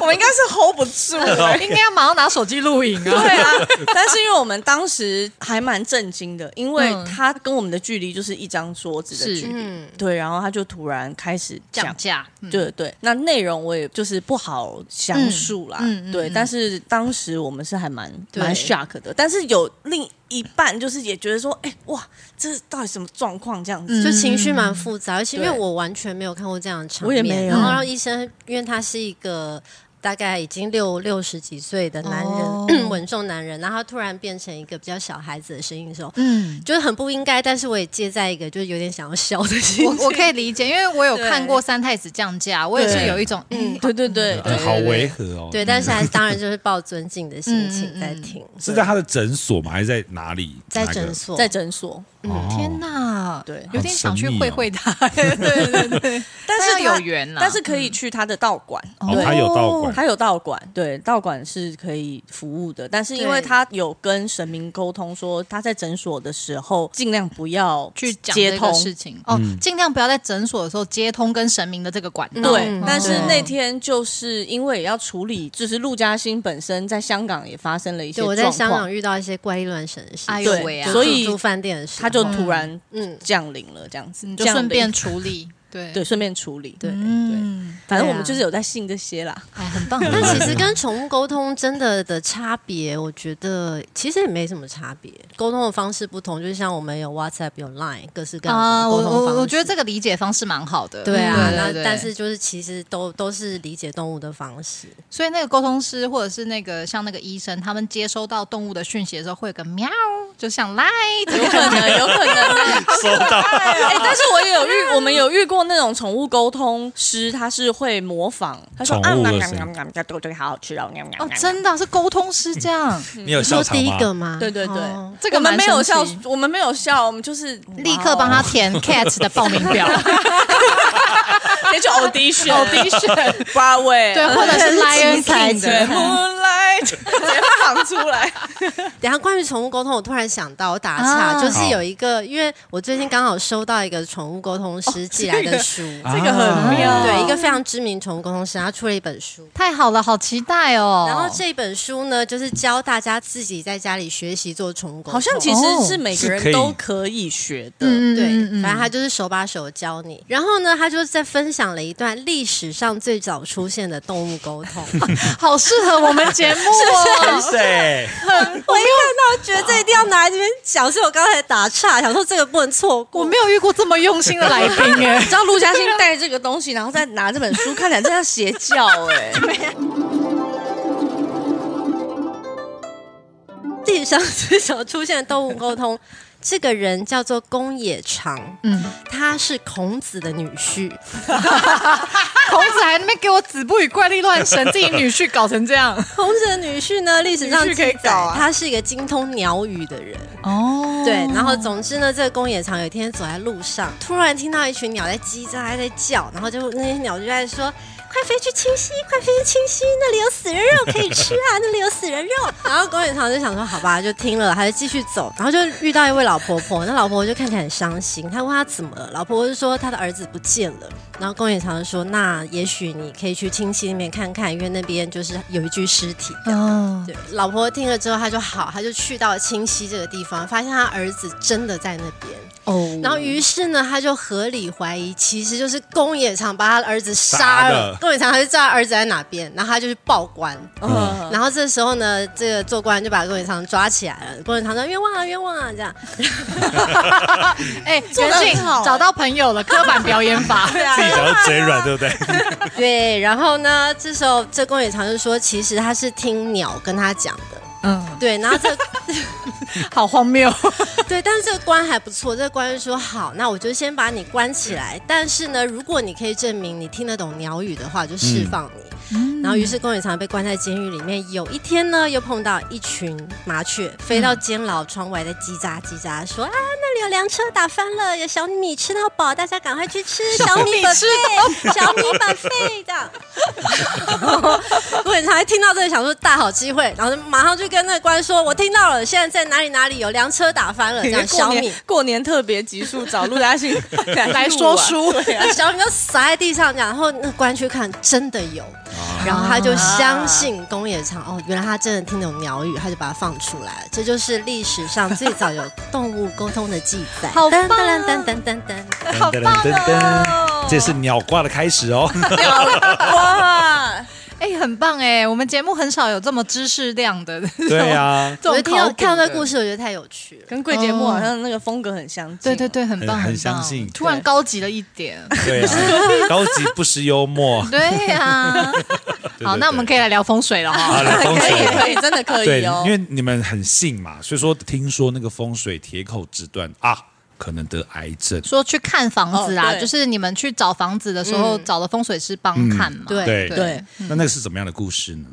[SPEAKER 4] 我们应该是 hold 不住的。
[SPEAKER 3] 应该要马上拿手机录影啊！
[SPEAKER 4] 对啊，但是因为我们当时还蛮震惊的，因为
[SPEAKER 3] 嗯
[SPEAKER 4] 他跟我们的距离就是一张桌子的
[SPEAKER 3] 是
[SPEAKER 4] 距离，
[SPEAKER 5] 嗯，
[SPEAKER 4] 对，然后他就突然开始讲
[SPEAKER 3] 讲价，嗯
[SPEAKER 4] 对对，那内容我也就是不好详述啦，
[SPEAKER 3] 嗯嗯嗯
[SPEAKER 4] 对、
[SPEAKER 3] 嗯
[SPEAKER 4] 但是当时我们是还蛮
[SPEAKER 5] 对
[SPEAKER 4] 蛮 shock 的，但是有另一半就是也觉得说，哎、哇，这是到底什么状况这样子？
[SPEAKER 5] 就情绪蛮复杂，而且因为
[SPEAKER 4] 嗯对
[SPEAKER 5] 我完全没有看过这样的场
[SPEAKER 4] 我也
[SPEAKER 5] 面，
[SPEAKER 4] 没有
[SPEAKER 5] 然后让医生，因为他是一个。大概已经六六十几岁的男人，
[SPEAKER 3] 哦
[SPEAKER 5] 稳重男人，然后他突然变成一个比较小孩子的声音的时候，
[SPEAKER 3] 嗯，
[SPEAKER 5] 就是很不应该。但是我也借在一个就是有点想要笑的心
[SPEAKER 3] 我
[SPEAKER 5] 情。
[SPEAKER 3] 我可以理解，因为我有
[SPEAKER 4] 对
[SPEAKER 3] 看过三太子降价，我也是有一种嗯，
[SPEAKER 4] 对对对
[SPEAKER 2] 呃好违和哦。
[SPEAKER 5] 对，但是还是当然就是抱尊敬的
[SPEAKER 3] 嗯
[SPEAKER 5] 心
[SPEAKER 3] 嗯
[SPEAKER 5] 情
[SPEAKER 3] 嗯
[SPEAKER 5] 在听，
[SPEAKER 2] 是在他的诊所吗？还是在哪里？
[SPEAKER 5] 在
[SPEAKER 2] 哪个
[SPEAKER 5] 诊。所，
[SPEAKER 4] 在诊所，
[SPEAKER 2] 哦
[SPEAKER 3] 天哪，
[SPEAKER 4] 对
[SPEAKER 3] 有点想去
[SPEAKER 2] 好神秘哦
[SPEAKER 3] 会会他， 对对对对，
[SPEAKER 4] 但是
[SPEAKER 3] 他要
[SPEAKER 4] 他啊
[SPEAKER 3] 有缘啦
[SPEAKER 4] 但是可以去他的道馆。
[SPEAKER 2] 哦，他有道馆，
[SPEAKER 4] 他有道馆，对，道馆是可以服务的，但是因为
[SPEAKER 5] 对
[SPEAKER 4] 他有跟神明沟通说，他在诊所的时候尽量不要
[SPEAKER 3] 去 讲
[SPEAKER 4] 接
[SPEAKER 3] 这
[SPEAKER 4] 通
[SPEAKER 3] 个事情哦，
[SPEAKER 2] 嗯
[SPEAKER 3] 尽量不要在诊所的时候接通跟神明的这个管道，
[SPEAKER 4] 对，
[SPEAKER 5] 嗯
[SPEAKER 4] 但是那
[SPEAKER 3] 哦
[SPEAKER 4] 天就是因为也要处理，就是陆嘉欣本身在香港也发生了一些
[SPEAKER 5] 就我
[SPEAKER 4] 状
[SPEAKER 5] 在香
[SPEAKER 4] 况
[SPEAKER 5] 港，遇到一些怪力乱神的事
[SPEAKER 3] 哎
[SPEAKER 5] 情，
[SPEAKER 3] 呦
[SPEAKER 4] 对
[SPEAKER 3] 喂啊，
[SPEAKER 4] 所以
[SPEAKER 5] 就住饭店的时候，
[SPEAKER 4] 他就突然
[SPEAKER 5] 嗯，
[SPEAKER 4] 降临了，这样子，
[SPEAKER 3] 嗯你就
[SPEAKER 4] 降
[SPEAKER 3] 顺便
[SPEAKER 4] 临
[SPEAKER 3] 处理，对
[SPEAKER 4] 对，顺便处理，对对，
[SPEAKER 3] 嗯，
[SPEAKER 4] 反正
[SPEAKER 5] 对
[SPEAKER 4] 我
[SPEAKER 5] 啊
[SPEAKER 4] 们就是有在信这些 啦，
[SPEAKER 3] 哎，很棒，
[SPEAKER 5] 但其 实跟宠物沟通真的的差别，我觉得其实也没什么差别，沟通的方式不同，就像我们有 WhatsApp 有 Line 各式各 样
[SPEAKER 3] 啊，
[SPEAKER 5] 的
[SPEAKER 3] 我
[SPEAKER 5] 沟通方式。
[SPEAKER 3] 我我觉得这个理解方式蛮好的，嗯
[SPEAKER 5] 对啊，那
[SPEAKER 3] 对
[SPEAKER 5] 但是就是其实都都是理解动物的方式，
[SPEAKER 3] 所以那个沟通师或者是那个像那个医生，他们接收到动物的讯息的时候，会有个喵，就像来，
[SPEAKER 4] 有可能，有可能啊。
[SPEAKER 2] 收到，
[SPEAKER 4] 哎，但是我也有遇，我们有遇过那种宠物沟通师，他是会模仿，他说
[SPEAKER 2] 宠
[SPEAKER 4] 啊，
[SPEAKER 2] 物
[SPEAKER 4] 喵
[SPEAKER 2] 的
[SPEAKER 4] 喵
[SPEAKER 2] 声音
[SPEAKER 4] 喵喵喵，对对，好好吃哦，喵喵
[SPEAKER 3] 哦，
[SPEAKER 4] 喵。
[SPEAKER 3] 真的啊是沟通师这样，
[SPEAKER 2] 你有笑
[SPEAKER 5] 说
[SPEAKER 2] 场
[SPEAKER 5] 第一
[SPEAKER 2] 吗？啊
[SPEAKER 5] 个吗？
[SPEAKER 4] 对对对
[SPEAKER 5] 哦，
[SPEAKER 3] 这个
[SPEAKER 4] 我们
[SPEAKER 3] 蛮
[SPEAKER 4] 没有笑
[SPEAKER 3] 神奇，
[SPEAKER 4] 我们没有笑，我们就是
[SPEAKER 3] 立刻帮他填 cat 的报名表
[SPEAKER 4] 哦那 就 audition
[SPEAKER 3] audition，
[SPEAKER 4] Broadway，
[SPEAKER 3] 对，或者是 lion
[SPEAKER 5] 奇才
[SPEAKER 3] king
[SPEAKER 4] 对
[SPEAKER 3] 的，
[SPEAKER 5] 对
[SPEAKER 4] ，Moonlight，直接喊出来。
[SPEAKER 5] 等一下，关于宠物沟通，我突然想到，我打岔，
[SPEAKER 3] 啊
[SPEAKER 5] 就是有一个，因为我最近刚好收到一个宠物沟通师寄来
[SPEAKER 3] 哦
[SPEAKER 5] 的书，
[SPEAKER 2] 这个很
[SPEAKER 4] 妙
[SPEAKER 5] 对，一个非常知名宠物沟通师，他出了一本书。
[SPEAKER 3] 太好了，好期待哦。
[SPEAKER 5] 然后这本书呢，就是教大家自己在家里学习做宠物沟通。
[SPEAKER 4] 好像其实是每个人都可以学的，
[SPEAKER 3] 哦嗯
[SPEAKER 5] 对，
[SPEAKER 3] 嗯嗯
[SPEAKER 5] 反正他就是手把手教你。然后呢，他就在分享了一段历史上最早出现的动物沟 通。
[SPEAKER 3] 好适合我们节目哦。
[SPEAKER 2] 谁？
[SPEAKER 5] 我一看到觉得这一定要拿来这边讲，所以我刚才打岔，想说这个不能错过。
[SPEAKER 3] 我没有遇过这么用心的来宾耶
[SPEAKER 4] 你，知道陆嘉欣带这个东西，然后再拿这本书，看起来真的邪教欸 哎、
[SPEAKER 5] 第与相似所出现的动物沟通。这个人叫做宫野长，
[SPEAKER 3] 嗯，
[SPEAKER 5] 他是孔子的女婿。
[SPEAKER 3] 孔子还那边给我子不语怪力乱神，自己女婿搞成这样。
[SPEAKER 5] 孔子的女婿呢，历史上
[SPEAKER 4] 女
[SPEAKER 5] 记
[SPEAKER 4] 婿可以
[SPEAKER 5] 载、
[SPEAKER 4] 搞啊
[SPEAKER 5] 他是一个精通鸟语的人。
[SPEAKER 3] 哦，
[SPEAKER 5] 对，然后总之呢，这个公野长有一天走在路上，突然听到一群鸟在叽喳，还在叫，然后就那些鸟就在说：“快飞去清溪，快飞去清溪，那里有死人肉可以吃啊，那里有死人肉。”然后公野长就想说：“好吧，就听了，还是继续走。”然后就遇到一位老婆婆，那老婆婆就看起来很伤心，她问她怎么了，老婆婆就说她的儿子不见了。然后公野长就说：“那也许你可以去清溪那边看看，因为那边就是有一具尸体。”
[SPEAKER 3] 嗯，
[SPEAKER 5] 对，老婆听了之后，她就好，她就去到清溪这个地方，发现她儿子真的在那边。
[SPEAKER 3] 哦
[SPEAKER 5] 然后于是呢，她就合理怀疑，其实就是宫野长把她儿子杀
[SPEAKER 2] 杀
[SPEAKER 5] 了
[SPEAKER 2] 的。
[SPEAKER 5] 宫野长她就知道她儿子在哪边，然后她就去报官。
[SPEAKER 4] 嗯，
[SPEAKER 5] 然后这时候呢，这个做官就把宫野长抓起来了。宫野长说：“冤枉啊，冤枉啊！”这样，
[SPEAKER 3] 哎，
[SPEAKER 4] 得
[SPEAKER 3] 袁静
[SPEAKER 4] 很好哎
[SPEAKER 3] 找到朋友了，刻板表演法。
[SPEAKER 4] 对啊
[SPEAKER 2] 自己想要嘴软，对不对？
[SPEAKER 5] 对。然后呢，这时候这宫野长就说：“其实他是听鸟跟他讲的。”
[SPEAKER 3] 嗯，
[SPEAKER 5] 对，然后这
[SPEAKER 3] 好荒谬。
[SPEAKER 5] 对，但是这个官还不错，这个官就说好，那我就先把你关起来。但是呢，如果你可以证明你听得懂鸟语的话，我就释放你。然后，于是宫野常被关在监狱里面。有一天呢，又碰到一群麻雀飞到监牢窗外，在叽喳叽喳，说啊，那里有粮车打翻了，有小米吃到饱，大家赶快去吃小米本费，小米本费这样。 我很常听到这里，想说大好机会，然后就马上就跟那个官说，我听到了，现在在哪里哪里有粮车打翻了，这样
[SPEAKER 4] 过
[SPEAKER 5] 小
[SPEAKER 4] 年
[SPEAKER 5] 米。
[SPEAKER 4] 过年特别集数找陆嘉欣
[SPEAKER 3] 来说 书
[SPEAKER 4] 对啊
[SPEAKER 5] 那小米就撒在地上这样，然后那官去看，真的有，然后他就相信宫野长，哦，原来他真的听懂鸟语，他就把它放出来了。这就是历史上最早有动物沟通的记载。
[SPEAKER 4] 好棒啊
[SPEAKER 5] 噔噔噔噔噔噔
[SPEAKER 2] 噔噔噔噔噔，这是鸟卦的开始哦。
[SPEAKER 4] 哇，
[SPEAKER 3] 哎，很棒哎，我们节目很少有这么知识量的。
[SPEAKER 2] 对呀，
[SPEAKER 3] 这
[SPEAKER 5] 我
[SPEAKER 3] 种
[SPEAKER 5] 就听到
[SPEAKER 3] 考古的
[SPEAKER 5] 看到这故事，我觉得太有趣了。
[SPEAKER 4] 跟贵节目好像那个风格很相近。
[SPEAKER 3] 对对，对，很棒，
[SPEAKER 2] 很很
[SPEAKER 3] 棒
[SPEAKER 2] 相信
[SPEAKER 3] 突然
[SPEAKER 4] 对
[SPEAKER 3] 高级了一点。
[SPEAKER 2] 对呀，高级不失幽默。
[SPEAKER 3] 对呀，
[SPEAKER 2] 对
[SPEAKER 3] 好，那我们可以来聊风水了哈。
[SPEAKER 2] 好来风
[SPEAKER 4] 可以
[SPEAKER 2] 水。
[SPEAKER 4] 可以，真的可
[SPEAKER 2] 对，
[SPEAKER 4] 以哦
[SPEAKER 2] 因。为你们很信嘛，所以说听说那个风水铁口直断啊，可能得癌症。
[SPEAKER 3] 说去看房子
[SPEAKER 4] 哦
[SPEAKER 3] 啊，
[SPEAKER 4] 对
[SPEAKER 3] 就是你们去找房子的时候，
[SPEAKER 4] 嗯
[SPEAKER 3] 找的风水师帮看嘛。
[SPEAKER 5] 对
[SPEAKER 2] 对
[SPEAKER 4] 对，
[SPEAKER 2] 那那个是怎么样的故事呢？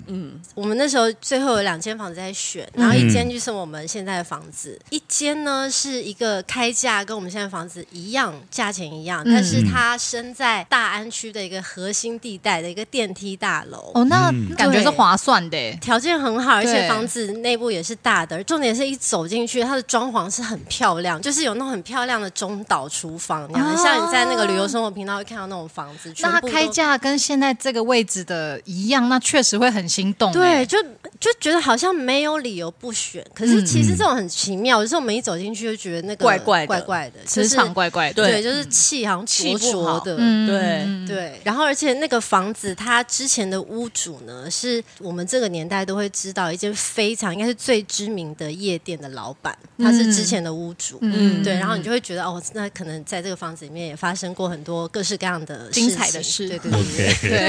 [SPEAKER 5] 我们那时候最后有两间房子在选，
[SPEAKER 3] 嗯
[SPEAKER 5] 然后一间就是我们现在的房子，一间呢是一个开价跟我们现在房子一样，价钱一样，
[SPEAKER 3] 嗯
[SPEAKER 5] 但是它身在大安区的一个核心地带的一个电梯大楼。
[SPEAKER 3] 哦，那感觉是
[SPEAKER 5] 对
[SPEAKER 3] 划算的欸耶。
[SPEAKER 5] 条件很好，而且
[SPEAKER 3] 对
[SPEAKER 5] 房子内部也是大的。重点是一走进去，它的装潢是很漂亮，就是有那种很漂亮的中岛厨房，然后、
[SPEAKER 3] 哦
[SPEAKER 5] 像你在那个旅游生活频道会看到那种房子，全
[SPEAKER 3] 那它
[SPEAKER 5] 部都
[SPEAKER 3] 开价跟现在这个位置的一样，那确实会很心动。欸
[SPEAKER 5] 对，，就就觉得好像没有理由不选。可是其实这种很奇妙，有时候我们一走进去就觉得那个
[SPEAKER 4] 怪怪的
[SPEAKER 5] 怪怪的，就
[SPEAKER 3] 磁
[SPEAKER 5] 是
[SPEAKER 3] 场怪怪的。
[SPEAKER 5] 对
[SPEAKER 4] 对
[SPEAKER 5] 就是气好像
[SPEAKER 4] 气
[SPEAKER 5] 灼
[SPEAKER 4] 不
[SPEAKER 5] 灼
[SPEAKER 4] 好
[SPEAKER 5] 的。
[SPEAKER 3] 嗯
[SPEAKER 4] 对
[SPEAKER 3] 嗯
[SPEAKER 5] 对，然后而且那个房子，它之前的屋主呢，是我们这个年代都会知道一间非常应该是最知名的夜店的老板，他是之前的屋主。
[SPEAKER 3] 嗯
[SPEAKER 5] 对，然后你就会觉得哦，那可能在这个房子里面也发生过很多各式各样的
[SPEAKER 3] 精彩的
[SPEAKER 5] 情
[SPEAKER 3] 事
[SPEAKER 5] 对对对对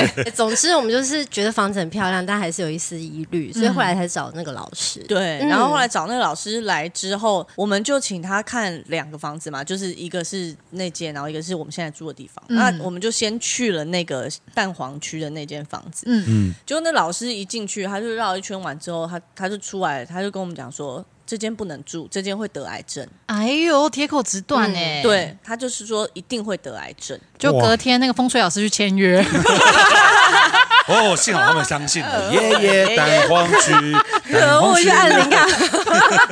[SPEAKER 2] OK
[SPEAKER 3] 对，
[SPEAKER 5] 对总之我们就是觉得房子很漂亮，但还是有一丝疑虑，
[SPEAKER 3] 嗯
[SPEAKER 5] 所以后来才找那个老师。
[SPEAKER 4] 对，
[SPEAKER 5] 嗯
[SPEAKER 4] 然后后来找那个老师来之后，我们就请他看两个房子嘛，就是一个是那间，然后一个是我们现在住的地方。那我们就先去了那个蛋黄区的那间房子。
[SPEAKER 3] 嗯
[SPEAKER 4] 嗯，结果那老师一进去，他就绕一圈完之后，他他就出来，他就跟我们讲说。这间不能住，这间会得癌症。
[SPEAKER 3] 哎呦，铁口直断哎、，
[SPEAKER 4] 嗯对他就是说一定会得癌症。
[SPEAKER 3] 就隔天那个风水老师去签约，
[SPEAKER 2] 哦，幸好他们相信了。爷爷蛋黄区，
[SPEAKER 5] 可
[SPEAKER 2] 蛋黄
[SPEAKER 5] 恶，
[SPEAKER 2] 区
[SPEAKER 5] 就按铃啊！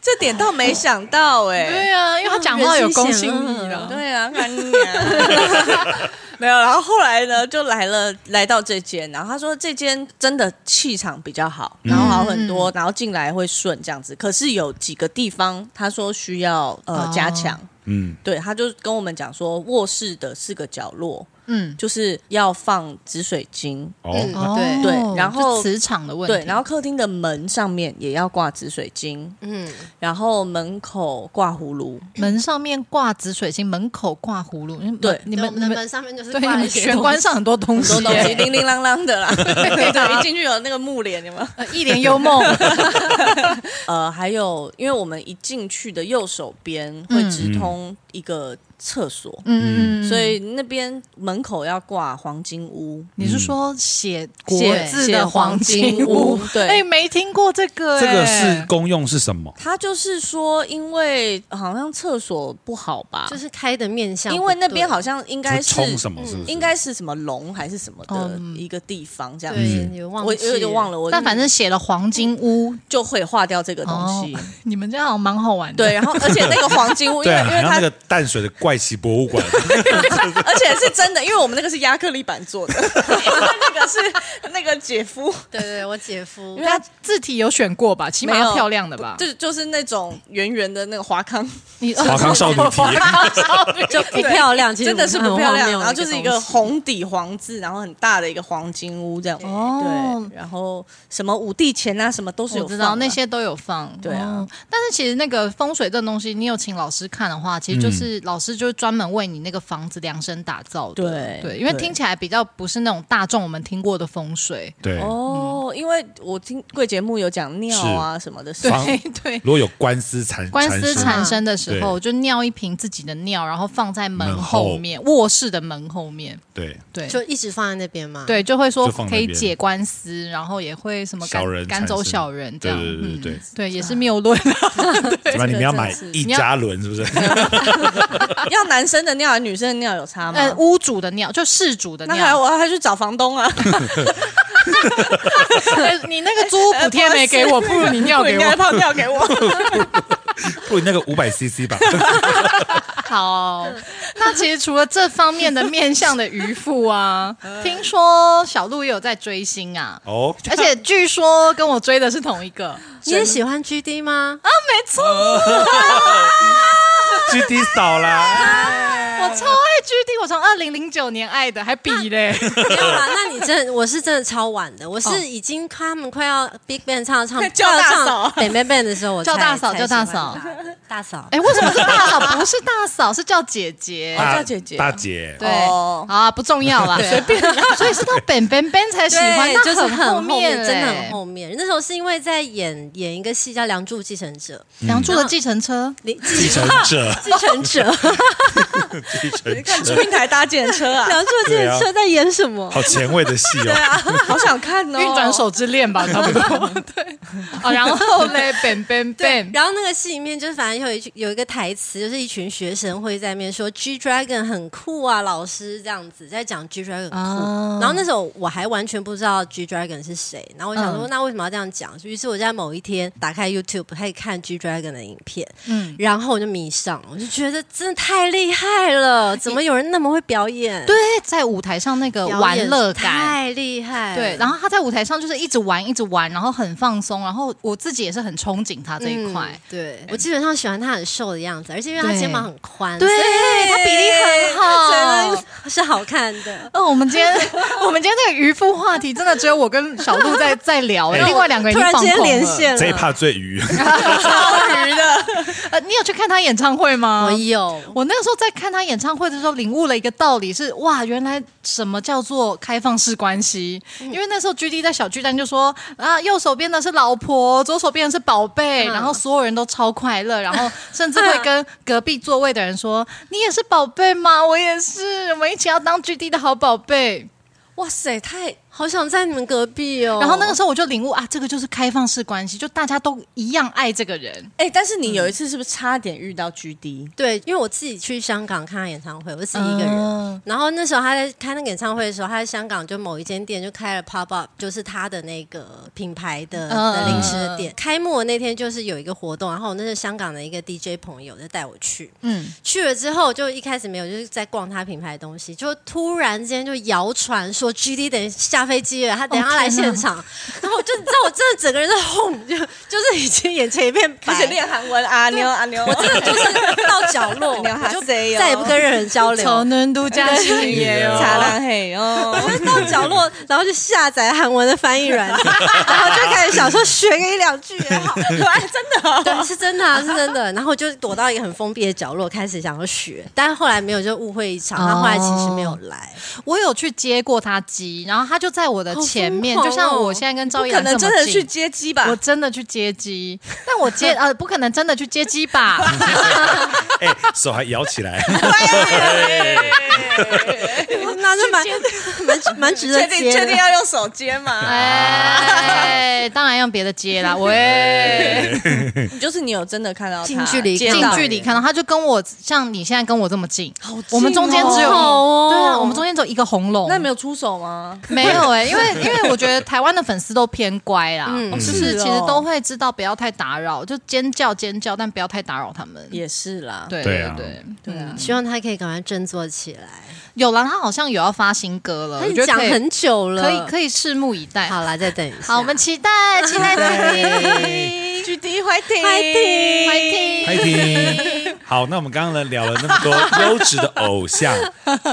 [SPEAKER 4] 这点倒没想到哎、
[SPEAKER 3] 对啊，因为他讲话有公信力
[SPEAKER 5] 人
[SPEAKER 3] 了。
[SPEAKER 4] 对啊，看你啊 没有。然后后来呢，就来了，来到这间，然后他说这间真的气场比较好，
[SPEAKER 3] 嗯
[SPEAKER 4] 然后好很多，然后进来会顺这样子。可是有几个地方，他说需要呃
[SPEAKER 3] 哦
[SPEAKER 4] 加强。
[SPEAKER 2] 嗯，
[SPEAKER 4] 对，他就跟我们讲说，卧室的四个角落
[SPEAKER 3] 嗯，
[SPEAKER 4] 就是要放紫水晶。
[SPEAKER 2] 哦，
[SPEAKER 3] 哦
[SPEAKER 4] 对对然后
[SPEAKER 3] 就磁场的问题，
[SPEAKER 4] 对，然后客厅的门上面也要挂紫水晶，
[SPEAKER 5] 嗯，
[SPEAKER 4] 然后门口挂葫芦，
[SPEAKER 3] 门上面挂紫水晶，门口挂葫芦，
[SPEAKER 4] 对
[SPEAKER 3] 你
[SPEAKER 5] 你
[SPEAKER 3] 们
[SPEAKER 5] 们
[SPEAKER 3] 你
[SPEAKER 5] 的
[SPEAKER 3] 们
[SPEAKER 5] 门上面就是
[SPEAKER 3] 对你
[SPEAKER 5] 挂了
[SPEAKER 3] 们
[SPEAKER 5] 一些
[SPEAKER 3] 玄
[SPEAKER 5] 东
[SPEAKER 3] 关
[SPEAKER 5] 西
[SPEAKER 3] 上很多东西
[SPEAKER 4] 很多东西
[SPEAKER 3] 耶，
[SPEAKER 4] 叮叮啷啷 的啦。对，一进去有那个木帘，有没有？
[SPEAKER 3] 呃一帘幽梦，
[SPEAKER 4] 呃，还有，因为我们一进去的右手边会直通一个厕所，
[SPEAKER 3] 嗯，
[SPEAKER 4] 所以那边门口要挂黄金屋。
[SPEAKER 3] 你是说写
[SPEAKER 4] 国
[SPEAKER 3] 写字
[SPEAKER 4] 写
[SPEAKER 3] 的
[SPEAKER 4] 黄
[SPEAKER 3] 黄
[SPEAKER 4] 金
[SPEAKER 3] 金
[SPEAKER 4] 屋
[SPEAKER 3] 屋？
[SPEAKER 4] 对
[SPEAKER 3] 哎，没听过这个，
[SPEAKER 2] 这个是功用是什么？
[SPEAKER 4] 他就是说，因为好像厕所不好吧，
[SPEAKER 5] 就是开的面相不对，
[SPEAKER 4] 因为那边好像应该
[SPEAKER 2] 就是冲什么？是不是？
[SPEAKER 4] 应该是什么龙还是什么的
[SPEAKER 3] 嗯
[SPEAKER 4] 一个地方这样子。
[SPEAKER 5] 对，有忘
[SPEAKER 4] 我我有点忘
[SPEAKER 5] 了。
[SPEAKER 4] 了，我
[SPEAKER 3] 但反正写了黄金屋
[SPEAKER 4] 就会化掉这个东西。
[SPEAKER 3] 哦，你们这样好像蛮好玩的。
[SPEAKER 4] 对，然后而且那个黄金 屋，因
[SPEAKER 2] 对
[SPEAKER 4] 为
[SPEAKER 2] 啊，
[SPEAKER 4] 因
[SPEAKER 2] 好
[SPEAKER 4] 为
[SPEAKER 2] 像
[SPEAKER 4] 它
[SPEAKER 2] 那个淡水的怪奇博物馆，
[SPEAKER 4] 而且是真的，因为我们那个是亚克力板 做的，因为那个是那个姐夫，
[SPEAKER 5] 对对，我姐夫
[SPEAKER 4] 因为
[SPEAKER 3] 他字体有选过吧，起码
[SPEAKER 4] 没有
[SPEAKER 3] 要漂亮的吧？
[SPEAKER 4] 就就是那种圆圆的那个华康，
[SPEAKER 3] 你
[SPEAKER 2] 华康少女体
[SPEAKER 3] 华康少女
[SPEAKER 5] 就不漂亮，啊其实
[SPEAKER 4] 真的是
[SPEAKER 5] 很
[SPEAKER 4] 不漂
[SPEAKER 5] 荒
[SPEAKER 4] 亮，
[SPEAKER 5] 谬
[SPEAKER 4] 然
[SPEAKER 5] 的
[SPEAKER 4] 后就是一个
[SPEAKER 5] 东西
[SPEAKER 4] 红底黄字，然后很大的一个黄金屋这样。
[SPEAKER 3] 哦
[SPEAKER 4] 对，然后什么五帝钱啊，什么都是有
[SPEAKER 3] 我知
[SPEAKER 4] 放
[SPEAKER 3] 道
[SPEAKER 4] 啊
[SPEAKER 3] 那。些都有放，
[SPEAKER 4] 对啊
[SPEAKER 3] 哦但是其实那个风水这东西，你有请老师看的话，其实
[SPEAKER 4] 嗯
[SPEAKER 3] 就是、老师就是专门为你那个房子量身打造的。
[SPEAKER 4] 对
[SPEAKER 3] 对，因为
[SPEAKER 4] 对
[SPEAKER 3] 听起来比较不是那种大众我们听过的风水。
[SPEAKER 2] 对，
[SPEAKER 4] 哦，因为我听贵节目有讲尿啊什么的事
[SPEAKER 2] 房
[SPEAKER 4] 情，
[SPEAKER 3] 对，
[SPEAKER 2] 如果有官司产
[SPEAKER 3] 官司
[SPEAKER 2] 产
[SPEAKER 3] 产
[SPEAKER 2] 生
[SPEAKER 3] 生的时候，就尿一瓶自己的尿，然后放在门后面，卧室的门后面。
[SPEAKER 2] 对
[SPEAKER 3] 对，
[SPEAKER 5] 就一直放在那边嘛。，
[SPEAKER 3] 对，就会说
[SPEAKER 2] 就放那
[SPEAKER 3] 可以
[SPEAKER 2] 边
[SPEAKER 3] 解官司，然后也会什么赶
[SPEAKER 2] 小人
[SPEAKER 3] 赶
[SPEAKER 2] 产
[SPEAKER 3] 走
[SPEAKER 2] 生
[SPEAKER 3] 小人这
[SPEAKER 2] 对
[SPEAKER 3] 样。嗯
[SPEAKER 2] 对对对
[SPEAKER 3] 对，也是
[SPEAKER 4] 啊
[SPEAKER 3] 谬 论。
[SPEAKER 2] 对，怎么你们要买
[SPEAKER 4] 这个真
[SPEAKER 2] 一加仑是不是？
[SPEAKER 4] 要男生的尿还是女生的尿有差吗？
[SPEAKER 3] 呃，屋主的尿就事主的
[SPEAKER 4] 那还有
[SPEAKER 3] 尿，
[SPEAKER 4] 我还去找房东啊，
[SPEAKER 3] 哎你那个租屋补贴没给我，不如你尿给
[SPEAKER 4] 不应该
[SPEAKER 3] 我。
[SPEAKER 4] 泡尿给我。
[SPEAKER 2] 不如那个五百 CC 吧，
[SPEAKER 3] 好，那其实除了这方面的面向的渔夫 啊，听说小鹿也有在追星啊，
[SPEAKER 2] 哦，
[SPEAKER 3] 而且据说跟我追的是同一个。
[SPEAKER 5] 你也喜欢 GD 吗？
[SPEAKER 2] 哦最低少啦，
[SPEAKER 3] 我超爱 GD，我从二零零九年爱的，还比嘞。
[SPEAKER 5] 没有 啦，那你真的我是真的超晚的，我是已经他们快要 Big Bang 唱唱
[SPEAKER 4] 叫大嫂
[SPEAKER 5] 唱北妹 Band 的时候，我才
[SPEAKER 3] 叫大嫂
[SPEAKER 5] 才
[SPEAKER 3] 叫大
[SPEAKER 5] 喜欢
[SPEAKER 3] 嫂
[SPEAKER 5] 他的大嫂。
[SPEAKER 3] 哎，为什么是大嫂？不是大嫂，是哦叫姐姐。啊
[SPEAKER 2] 大
[SPEAKER 4] 叫姐姐
[SPEAKER 2] 大姐，
[SPEAKER 3] 对，
[SPEAKER 4] 哦
[SPEAKER 3] 好啊，不重要啦，随便啦。 所以是到本本本才喜欢，
[SPEAKER 5] 对
[SPEAKER 3] 那
[SPEAKER 5] 就是
[SPEAKER 3] 很
[SPEAKER 5] 后
[SPEAKER 3] 面
[SPEAKER 5] 真的
[SPEAKER 3] 嘞
[SPEAKER 2] 嗯
[SPEAKER 5] 很后面。那时候是因为在演演一个戏叫《梁祝继承者
[SPEAKER 3] 《梁祝的继承车》》，
[SPEAKER 5] 你
[SPEAKER 2] 继
[SPEAKER 5] 继
[SPEAKER 2] 承者，
[SPEAKER 5] 继承者，
[SPEAKER 2] 继承
[SPEAKER 4] 看
[SPEAKER 2] 者，
[SPEAKER 4] 祝英台搭建车
[SPEAKER 5] 《
[SPEAKER 4] 啊，
[SPEAKER 5] 梁祝继 承者》在演什么？
[SPEAKER 2] 好前卫的戏
[SPEAKER 4] 对
[SPEAKER 2] 哦，
[SPEAKER 4] 啊，好想看哦。
[SPEAKER 3] 运转手之恋 吧，差不多。对，哦，然后 嘞，本本
[SPEAKER 5] 对
[SPEAKER 3] 本，，
[SPEAKER 5] 然后那个戏里面就是反正有一句有一个台词，就是一群学生会在面说 G Dragon 很酷啊，老师这样子在讲 G Dragon 很酷。
[SPEAKER 3] 哦
[SPEAKER 5] 然后那时候我还完全不知道 G Dragon 是谁，然后我想
[SPEAKER 3] 嗯
[SPEAKER 5] 说、那为什么要这样讲？于是我在某一天打开 YouTube 开始看 G Dragon 的影片，
[SPEAKER 3] 嗯，
[SPEAKER 5] 然后我就迷上了，我就觉得真的太厉害了，怎么有人那么会表演？
[SPEAKER 3] 对，在舞台上那个
[SPEAKER 5] 表演
[SPEAKER 3] 玩乐感。
[SPEAKER 5] 太厉害了。
[SPEAKER 3] 对，然后他在舞台上就是一直玩，一直玩，然后很放松，然后我自己也是很憧憬他这一块
[SPEAKER 5] 嗯，对我基本上喜欢他很瘦的样子，而且因为他
[SPEAKER 3] 对
[SPEAKER 5] 肩膀很宽，
[SPEAKER 3] 对
[SPEAKER 5] 所以
[SPEAKER 3] 他比例很好。
[SPEAKER 5] 是好看的。
[SPEAKER 3] 哦，我们今天 我们今天这个渔夫话题，真的只有我跟小鹿在在聊，哎
[SPEAKER 2] 哎
[SPEAKER 3] 另外两个人
[SPEAKER 5] 突
[SPEAKER 3] 已经
[SPEAKER 5] 然
[SPEAKER 3] 放
[SPEAKER 5] 之间
[SPEAKER 3] 空
[SPEAKER 5] 连
[SPEAKER 3] 了。
[SPEAKER 5] 线
[SPEAKER 2] 这一
[SPEAKER 5] 了，
[SPEAKER 2] 趴最 鱼，
[SPEAKER 4] 超鱼的，
[SPEAKER 3] 呃，你有去看他演唱会吗
[SPEAKER 5] 我？有。
[SPEAKER 3] 我那个时候在看他演唱会的时候，领悟了一个道理是：哇，原来什么叫做开放式关系？
[SPEAKER 5] 嗯
[SPEAKER 3] 因为那时候 G D 在小巨蛋就说啊，右手边的是老婆，左手边的是宝贝，
[SPEAKER 5] 嗯
[SPEAKER 3] 然后所有人都超快乐，然后甚至会跟隔壁座位的人说：“你也是宝贝吗？我也是，我们一起要当 G D 的好宝贝。”
[SPEAKER 4] 哇塞，太
[SPEAKER 5] 好想在你们隔壁哦。
[SPEAKER 3] 然后那个时候我就领悟啊，这个就是开放式关系，就大家都一样爱这个人。
[SPEAKER 4] 哎、但是你有一次是不是差点遇到 GD？
[SPEAKER 5] 对，因为我自己去香港看他演唱会，我是自己一个人。
[SPEAKER 3] 嗯
[SPEAKER 5] 然后那时候他在开那个演唱会的时候，他在香港就某一间店就开了 pop up，就是他的那个品牌的
[SPEAKER 3] 嗯
[SPEAKER 5] 的零食的店。开幕的那天就是有一个活动，然后我那是香港的一个 DJ 朋友就带我去，
[SPEAKER 3] 嗯，
[SPEAKER 5] 去了之后，就一开始没有，就是在逛他品牌的东西，就突然间就谣传说 G D 等一下飞机了，他等一下要来现
[SPEAKER 3] 哦
[SPEAKER 5] 场，然后我就你知道，我真的整个人在轰，就就是已经眼前一片白
[SPEAKER 4] 开，始练韩文啊妞啊妞，
[SPEAKER 5] 我真的就是到角 落，
[SPEAKER 4] 你要
[SPEAKER 5] 我就
[SPEAKER 4] 哈谁哟
[SPEAKER 5] 再也不跟人交流，
[SPEAKER 3] 哦超能度假企业
[SPEAKER 2] 对
[SPEAKER 4] 哦擦
[SPEAKER 3] 哦，
[SPEAKER 4] 浪嘿哦。
[SPEAKER 5] 我就到角落， 然后就下载韩文的翻译软件，然后就开始想 说学个一两句也好，
[SPEAKER 4] 哎真的、哦
[SPEAKER 5] 对，是真的啊，是真的。然后我就躲到一个很封闭的角落，开始想要学，但后来没有，就误会一场。他后来其实没有来，
[SPEAKER 3] 我有去接过他机，然后他就在我的前面，
[SPEAKER 5] 好
[SPEAKER 3] 就
[SPEAKER 5] 疯狂哦
[SPEAKER 3] 像我现在跟赵
[SPEAKER 4] 不
[SPEAKER 3] 一
[SPEAKER 4] 可
[SPEAKER 3] 然这
[SPEAKER 4] 能
[SPEAKER 3] 么近
[SPEAKER 4] 真的去接机吧？
[SPEAKER 3] 我真的去接机，但我 接呃，不可能真的去接机吧？
[SPEAKER 2] 哎，手还摇起 来，
[SPEAKER 5] 那就蛮 蛮蛮值得
[SPEAKER 4] 确定
[SPEAKER 5] 接
[SPEAKER 4] 确定
[SPEAKER 5] 的。
[SPEAKER 4] 要用手接吗？
[SPEAKER 3] 哎，当然用别的接啦，
[SPEAKER 4] 哎
[SPEAKER 3] 喂，
[SPEAKER 4] 就是你有真的看到他
[SPEAKER 5] 近距离
[SPEAKER 4] 接
[SPEAKER 5] 看
[SPEAKER 4] 到
[SPEAKER 3] 近
[SPEAKER 5] 到
[SPEAKER 3] 距离看到他就跟我像你现在跟我这么近，我们中间只有
[SPEAKER 5] 好好哦
[SPEAKER 3] 对啊，我们中间只有一个红龙，
[SPEAKER 4] 那没有出手吗？
[SPEAKER 3] 没有哎、因为因为我觉得台湾的粉丝都偏乖啦，
[SPEAKER 5] 嗯
[SPEAKER 3] 就是
[SPEAKER 4] 是哦
[SPEAKER 3] 其实都会知道不要太打扰，就尖叫尖叫，但不要太打扰他们。
[SPEAKER 4] 也是啦，
[SPEAKER 3] 对
[SPEAKER 2] 对
[SPEAKER 3] 对
[SPEAKER 2] 啊
[SPEAKER 3] 对，
[SPEAKER 4] 对啊，
[SPEAKER 5] 希望他可以赶快振作起来。
[SPEAKER 3] 有了，他好像有要发新歌了，
[SPEAKER 5] 他
[SPEAKER 3] 我
[SPEAKER 5] 已
[SPEAKER 3] 觉得
[SPEAKER 5] 经讲
[SPEAKER 3] 可以
[SPEAKER 5] 很久了，
[SPEAKER 3] 可以可以拭目以待。
[SPEAKER 5] 好啦，再等一下。
[SPEAKER 3] 好，我们期 待期待听
[SPEAKER 4] 举敌怀挺
[SPEAKER 5] 快听，，
[SPEAKER 3] 欢
[SPEAKER 2] 开
[SPEAKER 3] 迎听。
[SPEAKER 2] 庭。好，那我们刚刚呢聊了那么多优质的偶 像，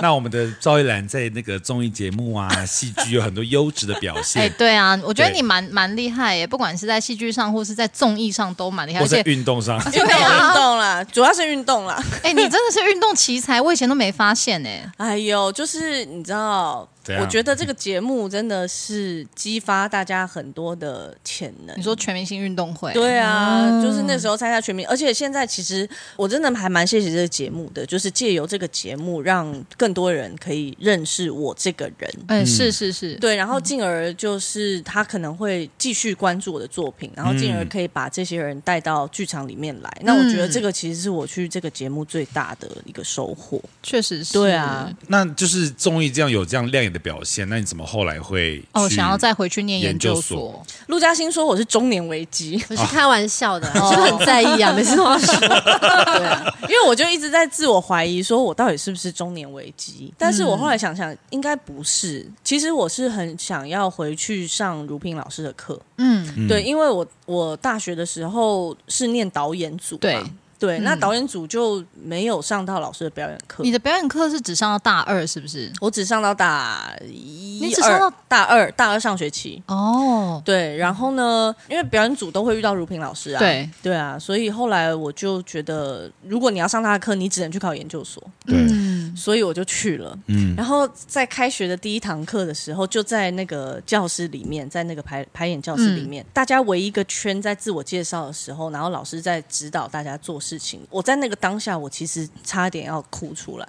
[SPEAKER 2] 那我们的赵一兰在那个综艺节目 啊、戏剧有很多优质的表
[SPEAKER 3] 哎，
[SPEAKER 2] 现，
[SPEAKER 3] 对啊，我觉得
[SPEAKER 2] 对
[SPEAKER 3] 你蛮蛮厉害耶，不管是在戏剧上或是在综艺上都蛮厉害，
[SPEAKER 2] 或
[SPEAKER 3] 而
[SPEAKER 2] 在
[SPEAKER 3] 且啊
[SPEAKER 2] 运动上，
[SPEAKER 4] 因为有运动啦，啊主要是运动啦。
[SPEAKER 3] 哎，你真的是运动奇才，我以前都没发现哎。
[SPEAKER 4] 哎呦，就是你知道
[SPEAKER 2] 怎，样
[SPEAKER 4] 我觉得这个节目真的是激发大家很多的潜能。
[SPEAKER 3] 你说全明星运动会，
[SPEAKER 4] 对啊，就是那时候参加全民，而且现在其实我真的还蛮谢谢这个节目的，就是借由这个节目，让更多人可以认识我这个人。
[SPEAKER 3] 哎，是是是，
[SPEAKER 4] 对，然后进而就是他可能会继续关注我的作品，然后进而可以把这些人带到剧场里面来。那我觉得这个其实是我去这个节目最大的一个收获。
[SPEAKER 3] 确实是。
[SPEAKER 4] 对啊，
[SPEAKER 2] 那就是综艺这样有这样亮眼的表现，那你怎么后来会
[SPEAKER 3] 哦，
[SPEAKER 2] 去
[SPEAKER 3] 想要再回去念研究
[SPEAKER 2] 研究
[SPEAKER 3] 所，
[SPEAKER 4] 陆嘉欣说我是中年危机
[SPEAKER 5] 我是开玩笑的，我就很在意啊，每次都要说。
[SPEAKER 4] 对啊， 因为我就一直在自我怀疑，说我到底是不是中年危机？但是我后来想想，应该不是。其实我是很想要回去上如萍老师的课，
[SPEAKER 3] 嗯，
[SPEAKER 2] 嗯
[SPEAKER 4] 对，因为我我大学的时候是念导演组嘛，
[SPEAKER 3] 对嗯
[SPEAKER 4] 对，那导演组就没有上到老师的表演课
[SPEAKER 3] 你。的表演课是只上到大二是不是？
[SPEAKER 4] 我只上到大一，
[SPEAKER 3] 你只上到
[SPEAKER 4] 二大二，大二上学期。
[SPEAKER 3] 哦，
[SPEAKER 4] 对，然后呢，因为表演组都会遇到如萍老师啊，
[SPEAKER 3] 对，
[SPEAKER 4] 对啊，所以后来我就觉得，如果你要上他的课，你只能去考研究所，
[SPEAKER 2] 对
[SPEAKER 3] 嗯，
[SPEAKER 4] 所以我就去了。
[SPEAKER 2] 嗯
[SPEAKER 4] 然后在开学的第一堂课的时候，就在那个教室里面，在那个排排演教
[SPEAKER 3] 嗯
[SPEAKER 4] 室里面，大家围一个圈在自我介绍的时候，然后老师在指导大家做事情。我在那个当下，我其实差点要哭出来。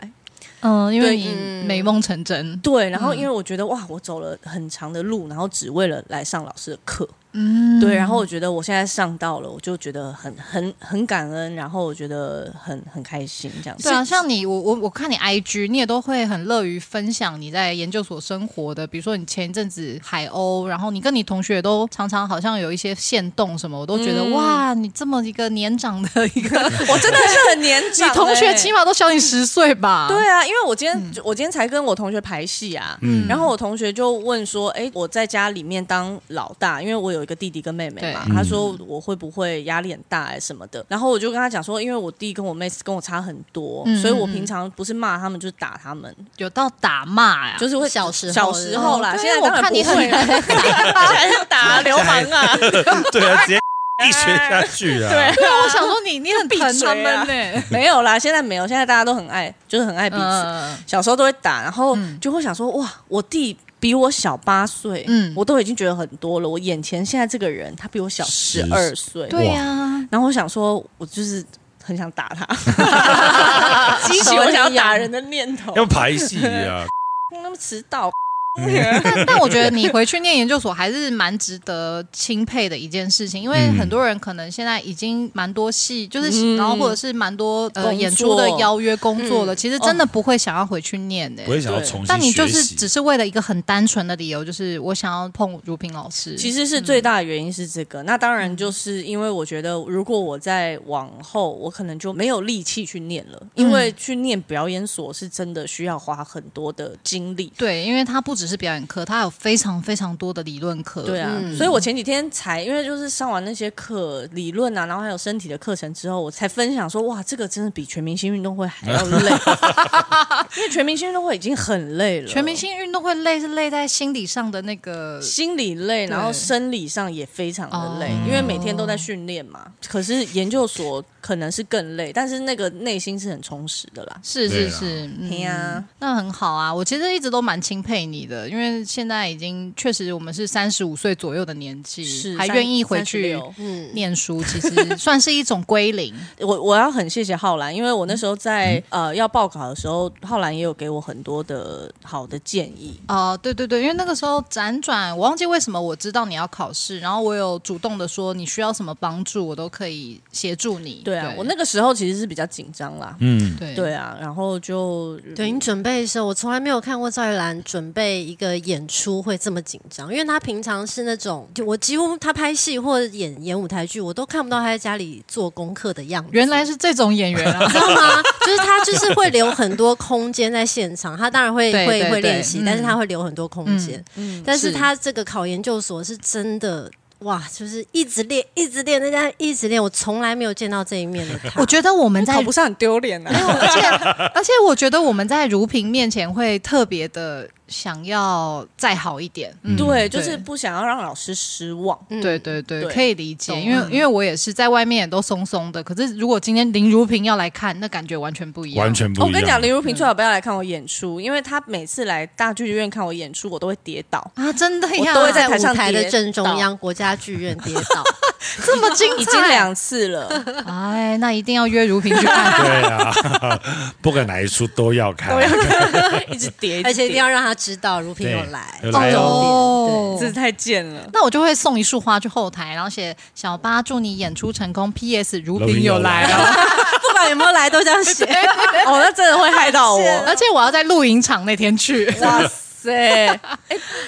[SPEAKER 3] 嗯，因为
[SPEAKER 4] 对
[SPEAKER 3] 你
[SPEAKER 4] 嗯
[SPEAKER 3] 美梦成真，
[SPEAKER 4] 对，然后
[SPEAKER 3] 嗯
[SPEAKER 4] 因为我觉得、哇，我走了很长的路，然后只为了来上老师的课。
[SPEAKER 3] 嗯，
[SPEAKER 4] 对，然后我觉得我现在上到了，我就觉得很很很感恩，然后我觉得很很开心这样子。
[SPEAKER 3] 对啊，像你，我我我看你 IG，你也都会很乐于分享你在研究所生活的，比如说你前一阵子海鸥，然后你跟你同学都常常好像有一些线动什么，我都觉得、
[SPEAKER 4] 嗯
[SPEAKER 3] 哇，你这么一个年长的一个，
[SPEAKER 4] 我真的是很年
[SPEAKER 3] 你
[SPEAKER 4] 长、欸，
[SPEAKER 3] 同学起码都小你十岁吧？
[SPEAKER 4] 对啊，因为我今天、我今天才跟我同学排戏啊，
[SPEAKER 2] 嗯
[SPEAKER 4] 然后我同学就问说，哎、我在家里面当老大，因为我有一个弟弟跟妹妹嘛
[SPEAKER 2] 对，
[SPEAKER 4] 他说我会不会压力很大、哎什么的，然后我就跟他讲说，因为我弟跟我妹跟我差很多，
[SPEAKER 3] 嗯
[SPEAKER 4] 所以我平常不是骂他们就是打他们，
[SPEAKER 3] 有到打骂呀、
[SPEAKER 4] 就是会
[SPEAKER 5] 小时候
[SPEAKER 4] 小时候
[SPEAKER 3] 哦
[SPEAKER 4] 啦，
[SPEAKER 3] 对
[SPEAKER 4] 现在
[SPEAKER 3] 我
[SPEAKER 4] 当然
[SPEAKER 3] 看你
[SPEAKER 4] 不会了 还要打流氓啊，
[SPEAKER 2] 对啊，直接一拳下去啊，
[SPEAKER 4] 对。
[SPEAKER 3] 对啊，我想说你你很疼他们呢、
[SPEAKER 4] 没有啦，现在没有，现在大家都很爱，就是很爱彼此。
[SPEAKER 3] 嗯
[SPEAKER 4] 小时候都会打，然后
[SPEAKER 3] 嗯
[SPEAKER 4] 就会想说，哇，我弟比我小八岁，
[SPEAKER 3] 嗯
[SPEAKER 4] 嗯，我都已经觉得很多了。我眼前现在这个人，他比我小
[SPEAKER 2] 十
[SPEAKER 4] 十二岁，
[SPEAKER 3] 对呀、啊，
[SPEAKER 4] 然后我想说，我就是很想打他， 激
[SPEAKER 5] 手
[SPEAKER 4] 起
[SPEAKER 5] 一
[SPEAKER 4] 我
[SPEAKER 5] 样
[SPEAKER 4] 想要打人的念头。
[SPEAKER 2] 要排戏啊，
[SPEAKER 4] 那么迟到，
[SPEAKER 3] 但但我觉得你回去念研究所还是蛮值得钦佩的一件事情，因为
[SPEAKER 2] 嗯
[SPEAKER 3] 很多人可能现在已经蛮多戏，就是、
[SPEAKER 4] 嗯
[SPEAKER 3] 然后或者是蛮多呃
[SPEAKER 4] 工作
[SPEAKER 3] 演出的邀约工作了，
[SPEAKER 4] 嗯哦
[SPEAKER 3] 其实真的不会想要回去念呢、
[SPEAKER 2] 不会想要重新学习。
[SPEAKER 3] 但你就是只是为了一个很单纯的理由，就是我想要碰如萍老师。
[SPEAKER 4] 其实是最大的原因是这个。那当然就是因为我觉得，如果我再往后，我可能就没有力气去念了，因为去念表演所是真的需要花很多的精力。
[SPEAKER 3] 对，因为它不只只是表演课，它有非常非常多的理论课。
[SPEAKER 4] 对啊，所以我前几天才因为就是上完那些课理论啊，然后还有身体的课程之后，我才分享说，哇，这个真的比全明星运动会还要 累，因为全明星运动会已经很累了，
[SPEAKER 3] 全明星运动会累是累在心理上的那个
[SPEAKER 4] 心理累，然后生理上也非常的累，因为每天都在训练嘛。可是研究所可能是更累，但是那个内心是很充实的啦。
[SPEAKER 3] 是
[SPEAKER 2] 对
[SPEAKER 3] 是
[SPEAKER 2] 啦
[SPEAKER 3] 是，
[SPEAKER 4] 哎
[SPEAKER 3] 嗯
[SPEAKER 4] 呀，
[SPEAKER 3] 那很好啊。我其实一直都蛮钦佩你的，因为现在已经确实我们是三十五岁左右的年纪，
[SPEAKER 4] 是
[SPEAKER 3] 还
[SPEAKER 4] 三
[SPEAKER 3] 愿意回去
[SPEAKER 4] 36
[SPEAKER 5] 嗯，
[SPEAKER 3] 念书，其实算是一种归零。
[SPEAKER 4] 我我要很谢谢浩然，因为我那时候在、呃要报考的时候，浩然也有给我很多的好的建议。
[SPEAKER 3] 哦，对对对，因为那个时候辗转，我忘记为什么我知道你要考试，然后我有主动的说你需要什么帮助，我都可以协助你。
[SPEAKER 4] 对啊，我那个时候其实是比较紧张啦。
[SPEAKER 2] 嗯，
[SPEAKER 3] 对
[SPEAKER 4] 对啊，然后就
[SPEAKER 3] 嗯
[SPEAKER 5] 对你准备的时候，我从来没有看过赵一兰准备一个演出会这么紧张，因为她平常是那种，就我几乎她拍戏或演演舞台剧，我都看不到她在家里做功课的样子。，
[SPEAKER 3] 原来是这种演员啊
[SPEAKER 5] 知道吗？就是他就是会留很多空间在现场，他当然会
[SPEAKER 3] 对
[SPEAKER 5] 会
[SPEAKER 3] 对
[SPEAKER 5] 会
[SPEAKER 3] 对
[SPEAKER 5] 练习，
[SPEAKER 3] 嗯
[SPEAKER 5] 但是他会留很多空间。
[SPEAKER 4] 嗯
[SPEAKER 5] 但是
[SPEAKER 3] 是
[SPEAKER 5] 他这个考研究所是真的。哇，就是一直练，一直练，那家一直练，我从来没有见到这一面的他。
[SPEAKER 3] 我觉得我们在
[SPEAKER 4] 考不上很丢脸
[SPEAKER 3] 没
[SPEAKER 4] 啊。
[SPEAKER 3] 有，而且 而且我觉得我们在如萍面前会特别的想要再好一点。嗯，
[SPEAKER 4] 对，就是不想要让老师失望。
[SPEAKER 5] 嗯
[SPEAKER 3] 对对对，
[SPEAKER 4] 对
[SPEAKER 3] 可以理解，
[SPEAKER 4] 懂
[SPEAKER 3] 因为因为我也是在外面也都松松的，可是如果今天林如萍要来看，那感觉完全不一样。
[SPEAKER 2] 完全不一
[SPEAKER 4] 哦
[SPEAKER 2] 样。
[SPEAKER 4] 我跟你讲，林如萍最好不要来看我演出，因为她每次来大剧院看我演出，我都会跌倒。
[SPEAKER 3] 啊，真的 呀，
[SPEAKER 4] 我都会在
[SPEAKER 5] 在
[SPEAKER 4] 台上
[SPEAKER 5] 舞台的
[SPEAKER 4] 跌
[SPEAKER 5] 正中
[SPEAKER 4] 倒
[SPEAKER 5] 央，国家剧院跌倒，
[SPEAKER 3] 这么精彩，
[SPEAKER 4] 已经两次了，
[SPEAKER 3] 哎，那一定要约如萍去 看。
[SPEAKER 2] 对啊， 不管哪一出都要看，
[SPEAKER 4] 都要看，一直跌，
[SPEAKER 5] 而且一定
[SPEAKER 4] 要，
[SPEAKER 5] 要让他知道如萍有
[SPEAKER 2] 对呃
[SPEAKER 5] 来，
[SPEAKER 2] 有来
[SPEAKER 5] 哦
[SPEAKER 3] 哦，
[SPEAKER 4] 真是太贱了。
[SPEAKER 3] 那我就会送一束花去后台，然后写小八祝你演出成功，P.S. 如
[SPEAKER 2] 如
[SPEAKER 3] 萍
[SPEAKER 2] 萍
[SPEAKER 3] 有
[SPEAKER 2] 有
[SPEAKER 3] 来
[SPEAKER 2] 来
[SPEAKER 3] 哦。
[SPEAKER 5] 不管有没有来都这样写。
[SPEAKER 4] 哦，那真的会害到我。
[SPEAKER 3] 而且我要在露营场那天去。
[SPEAKER 4] 哇塞，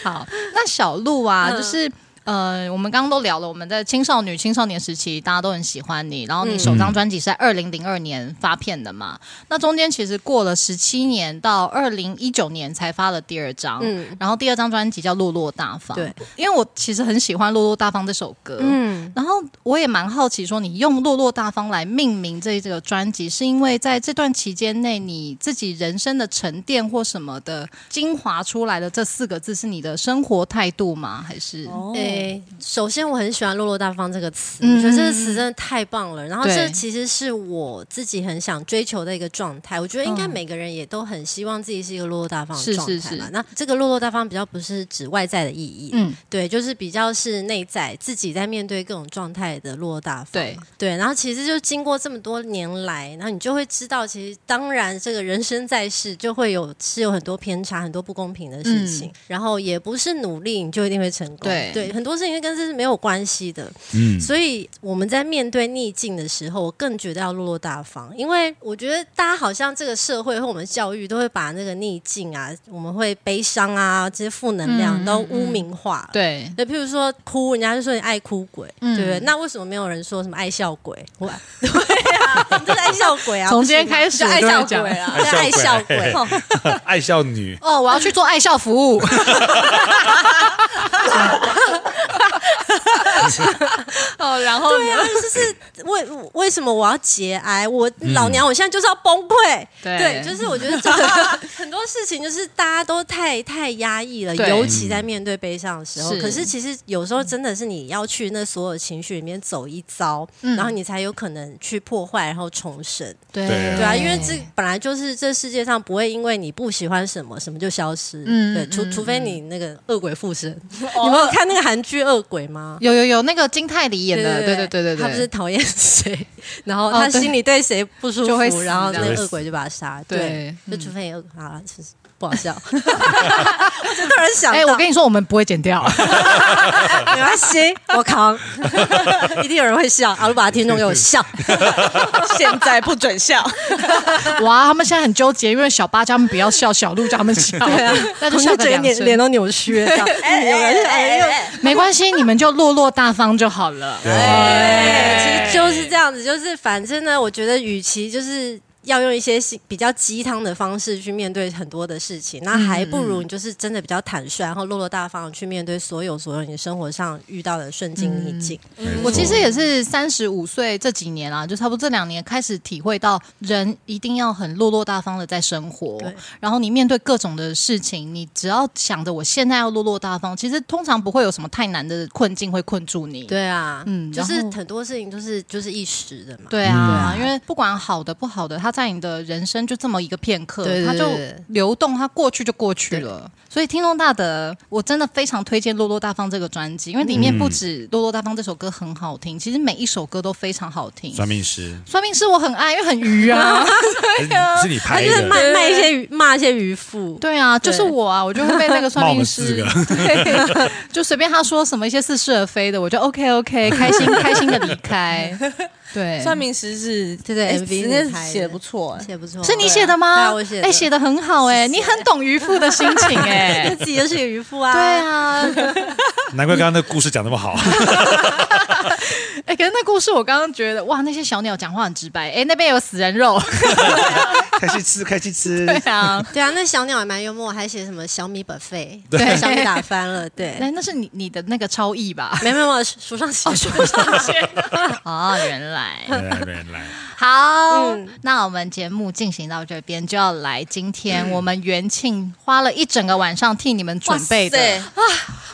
[SPEAKER 3] 好，那小鹿啊，
[SPEAKER 5] 嗯
[SPEAKER 3] 就是。呃，我们刚刚都聊了，我们在青少女、青少年时期，大家都很喜欢你。然后
[SPEAKER 5] 嗯
[SPEAKER 3] 你首张专辑是在二零零二年发片的嘛？那中间其实过了十七年，到二零一九年才发了第二张。
[SPEAKER 5] 嗯
[SPEAKER 3] 然后第二张专辑叫《落落大方》。
[SPEAKER 5] 对，
[SPEAKER 3] 因为我其实很喜欢《落落大方》这首歌。
[SPEAKER 5] 嗯，
[SPEAKER 3] 然后我也蛮好奇，说你用“落落大方”来命名这这个专辑，是因为在这段期间内，你自己人生的沉淀或什么的精华出来的这四个字，是你的生活态度吗？还是、
[SPEAKER 5] 诶、哎首先我很喜欢“落落大方”这个词，
[SPEAKER 3] 嗯
[SPEAKER 5] 我觉得这个词真的太棒了。然后
[SPEAKER 3] 对
[SPEAKER 5] 这其实是我自己很想追求的一个状态。我觉得应该
[SPEAKER 3] 嗯
[SPEAKER 5] 每个人也都很希望自己是一个落落大方的
[SPEAKER 3] 是
[SPEAKER 5] 状态嘛。
[SPEAKER 3] 是是
[SPEAKER 5] 那这个落落大方比较不是指外在的意义，
[SPEAKER 3] 嗯，
[SPEAKER 5] 对，就是比较是内在自己在面对各种状态的落落大方。
[SPEAKER 3] 对
[SPEAKER 5] 对，然后其实就经过这么多年来，然后你就会知道，其实当然这个人生在世就会有是有很多偏差、很多不公平的事情，
[SPEAKER 3] 嗯
[SPEAKER 5] 然后也不是努力你就一定会成功。
[SPEAKER 3] 对
[SPEAKER 5] 很多事情跟这是没有关系的。
[SPEAKER 2] 嗯，
[SPEAKER 5] 所以我们在面对逆境的时候，我更觉得要落落大方，因为我觉得大家好像这个社会和我们教育都会把那个逆境啊，我们会悲伤啊这些负能量
[SPEAKER 3] 嗯
[SPEAKER 5] 都污名化了。
[SPEAKER 3] 对
[SPEAKER 5] 对，譬如说哭，人家就说你爱哭鬼，
[SPEAKER 3] 嗯
[SPEAKER 5] 对不对？那为什么没有人说什么爱笑 鬼？我对啊，我们就是爱笑鬼啊！
[SPEAKER 3] 从
[SPEAKER 5] 不
[SPEAKER 3] 今
[SPEAKER 5] 是吗
[SPEAKER 3] 天开始
[SPEAKER 5] 就爱
[SPEAKER 3] 我
[SPEAKER 5] 笑
[SPEAKER 3] 就会
[SPEAKER 5] 鬼啊，
[SPEAKER 2] 讲
[SPEAKER 5] 对，爱
[SPEAKER 2] 爱
[SPEAKER 5] 笑
[SPEAKER 2] 笑鬼
[SPEAKER 5] 鬼。吼
[SPEAKER 2] 爱笑女，
[SPEAKER 3] 哦，我要去做爱笑服 务。哦，然后
[SPEAKER 5] 对啊，就是为为什么我要节哀？我
[SPEAKER 2] 嗯
[SPEAKER 5] 老娘我现在就是要崩溃。
[SPEAKER 3] 对
[SPEAKER 5] 就是我觉得这个很多事情就是大家都太太压抑了，
[SPEAKER 3] 对
[SPEAKER 5] 尤其在面对悲伤的时候。
[SPEAKER 3] 是
[SPEAKER 5] 可是其实有时候真的是你要去那所有情绪里面走一遭，
[SPEAKER 3] 嗯
[SPEAKER 5] 然后你才有可能去破坏，然后重生。
[SPEAKER 3] 对
[SPEAKER 2] 对
[SPEAKER 5] 对啊，因为这本来就是这世界上不会因为你不喜欢什么什么就消失，
[SPEAKER 3] 嗯
[SPEAKER 5] 对，除
[SPEAKER 3] 嗯哦
[SPEAKER 5] 除非你那个恶鬼附身。你们有看那个韩剧《恶鬼》吗？
[SPEAKER 3] 有有有那个金泰梨演的，对对对对对，
[SPEAKER 5] 他不是讨厌谁， 然后
[SPEAKER 3] 哦
[SPEAKER 5] 他
[SPEAKER 3] 对
[SPEAKER 5] 心里对谁不舒
[SPEAKER 3] 就会
[SPEAKER 5] 服，
[SPEAKER 3] 死
[SPEAKER 5] 然后那
[SPEAKER 3] 这
[SPEAKER 2] 样
[SPEAKER 5] 恶鬼就把他杀了。对
[SPEAKER 3] 对，嗯
[SPEAKER 5] 就除非你恶鬼好了，其实不 好笑。我就突然想到，
[SPEAKER 3] 哎，我跟你说，我们不会剪掉。
[SPEAKER 5] 没关系，我扛， 一定有人会笑。阿鲁巴的听众给我笑，
[SPEAKER 4] 现在不准笑，
[SPEAKER 3] 哇，他们现在很纠结，因为小八叫他们不要笑，小鹿叫他们笑， 对啊，那就
[SPEAKER 5] 我
[SPEAKER 3] 笑
[SPEAKER 5] 就
[SPEAKER 3] 个
[SPEAKER 5] 觉得
[SPEAKER 3] 两
[SPEAKER 5] 脸脸
[SPEAKER 3] 声，
[SPEAKER 5] 都扭曲了。这样
[SPEAKER 4] 哎哎哎哎，
[SPEAKER 3] 没关系，你们就落落大方就好了。
[SPEAKER 2] 对，啊
[SPEAKER 4] 哎
[SPEAKER 3] 哎
[SPEAKER 5] 对，其实就是这样子，就是反正呢，我觉得与其就是。要用一些心比较鸡汤的方式去面对很多的事情，那还不如你就是真的比较坦率，然后落落大方地去面对所有所有你生活上遇到的顺境逆境。
[SPEAKER 2] 没
[SPEAKER 3] 我
[SPEAKER 2] 错
[SPEAKER 3] 其实也是三十五岁这几年啊啦，就差不多这两年开始体会到，人一定要很落落大方的在生活
[SPEAKER 5] 对。
[SPEAKER 3] 然后你面对各种的事情，你只要想着我现在要落落大方，其实通常不会有什么太难的困境会困住你。
[SPEAKER 5] 对啊，
[SPEAKER 3] 嗯
[SPEAKER 5] 就
[SPEAKER 3] 然
[SPEAKER 5] 是
[SPEAKER 3] 后
[SPEAKER 5] 很多事情都是就是一时的嘛。
[SPEAKER 3] 对啊，因为不管好的不好的，它在你的人生就这么一个片刻，
[SPEAKER 5] 对对
[SPEAKER 3] 它就
[SPEAKER 5] 对
[SPEAKER 3] 流动，它过去就过去了。所以听众大德，我真的非常推荐《落落大方》这个专辑，因为里面不止《落落大方》这首歌很好听，其实每一首歌都非常好听。
[SPEAKER 2] 算命师，
[SPEAKER 3] 算命师我很爱，因为很愚啊。
[SPEAKER 2] 还是你是你
[SPEAKER 5] 他
[SPEAKER 2] 拍
[SPEAKER 5] 就是
[SPEAKER 2] 的，
[SPEAKER 5] 骂骂一些渔骂一些渔夫，
[SPEAKER 3] 对啊，就是我啊，我就会被那个算命师
[SPEAKER 2] 冒，
[SPEAKER 3] 对，就随便他说什么一些似是而非的，我就 OK OK，开心开心的离开。对，
[SPEAKER 4] 算命师是
[SPEAKER 5] 对对
[SPEAKER 4] 哎
[SPEAKER 5] MV
[SPEAKER 4] 人家
[SPEAKER 5] 里拍的
[SPEAKER 4] 写的不错哎，
[SPEAKER 5] 写不错，
[SPEAKER 3] 是你写的
[SPEAKER 5] 对
[SPEAKER 3] 吗？
[SPEAKER 5] 啊我写的
[SPEAKER 3] 哎，写的很好哎，你很懂渔夫的心情 哎。
[SPEAKER 5] 自己就是个渔夫啊。
[SPEAKER 3] 对，啊，
[SPEAKER 2] 难怪刚刚那个故事讲那么好。
[SPEAKER 3] 哎、可是那故事我刚刚觉得，哇，那些小鸟讲话很直白。哎、那边有死人 肉，
[SPEAKER 2] 开心吃，开心吃
[SPEAKER 3] 对啊，
[SPEAKER 5] 对啊，那小鸟也蛮幽默，还写什么小米 buffet，
[SPEAKER 2] 对
[SPEAKER 5] 把小米打翻了， 对，
[SPEAKER 3] 那那是你你的那个超意 吧？
[SPEAKER 5] 没有没有没有，书上写的。
[SPEAKER 3] 哦，原来
[SPEAKER 2] 没来没人哎来，
[SPEAKER 3] 好、那我们节目进行到这边就要来，今
[SPEAKER 5] 嗯
[SPEAKER 3] 天我们元庆花了一整个晚上替你们准备的
[SPEAKER 4] 哇塞
[SPEAKER 5] 啊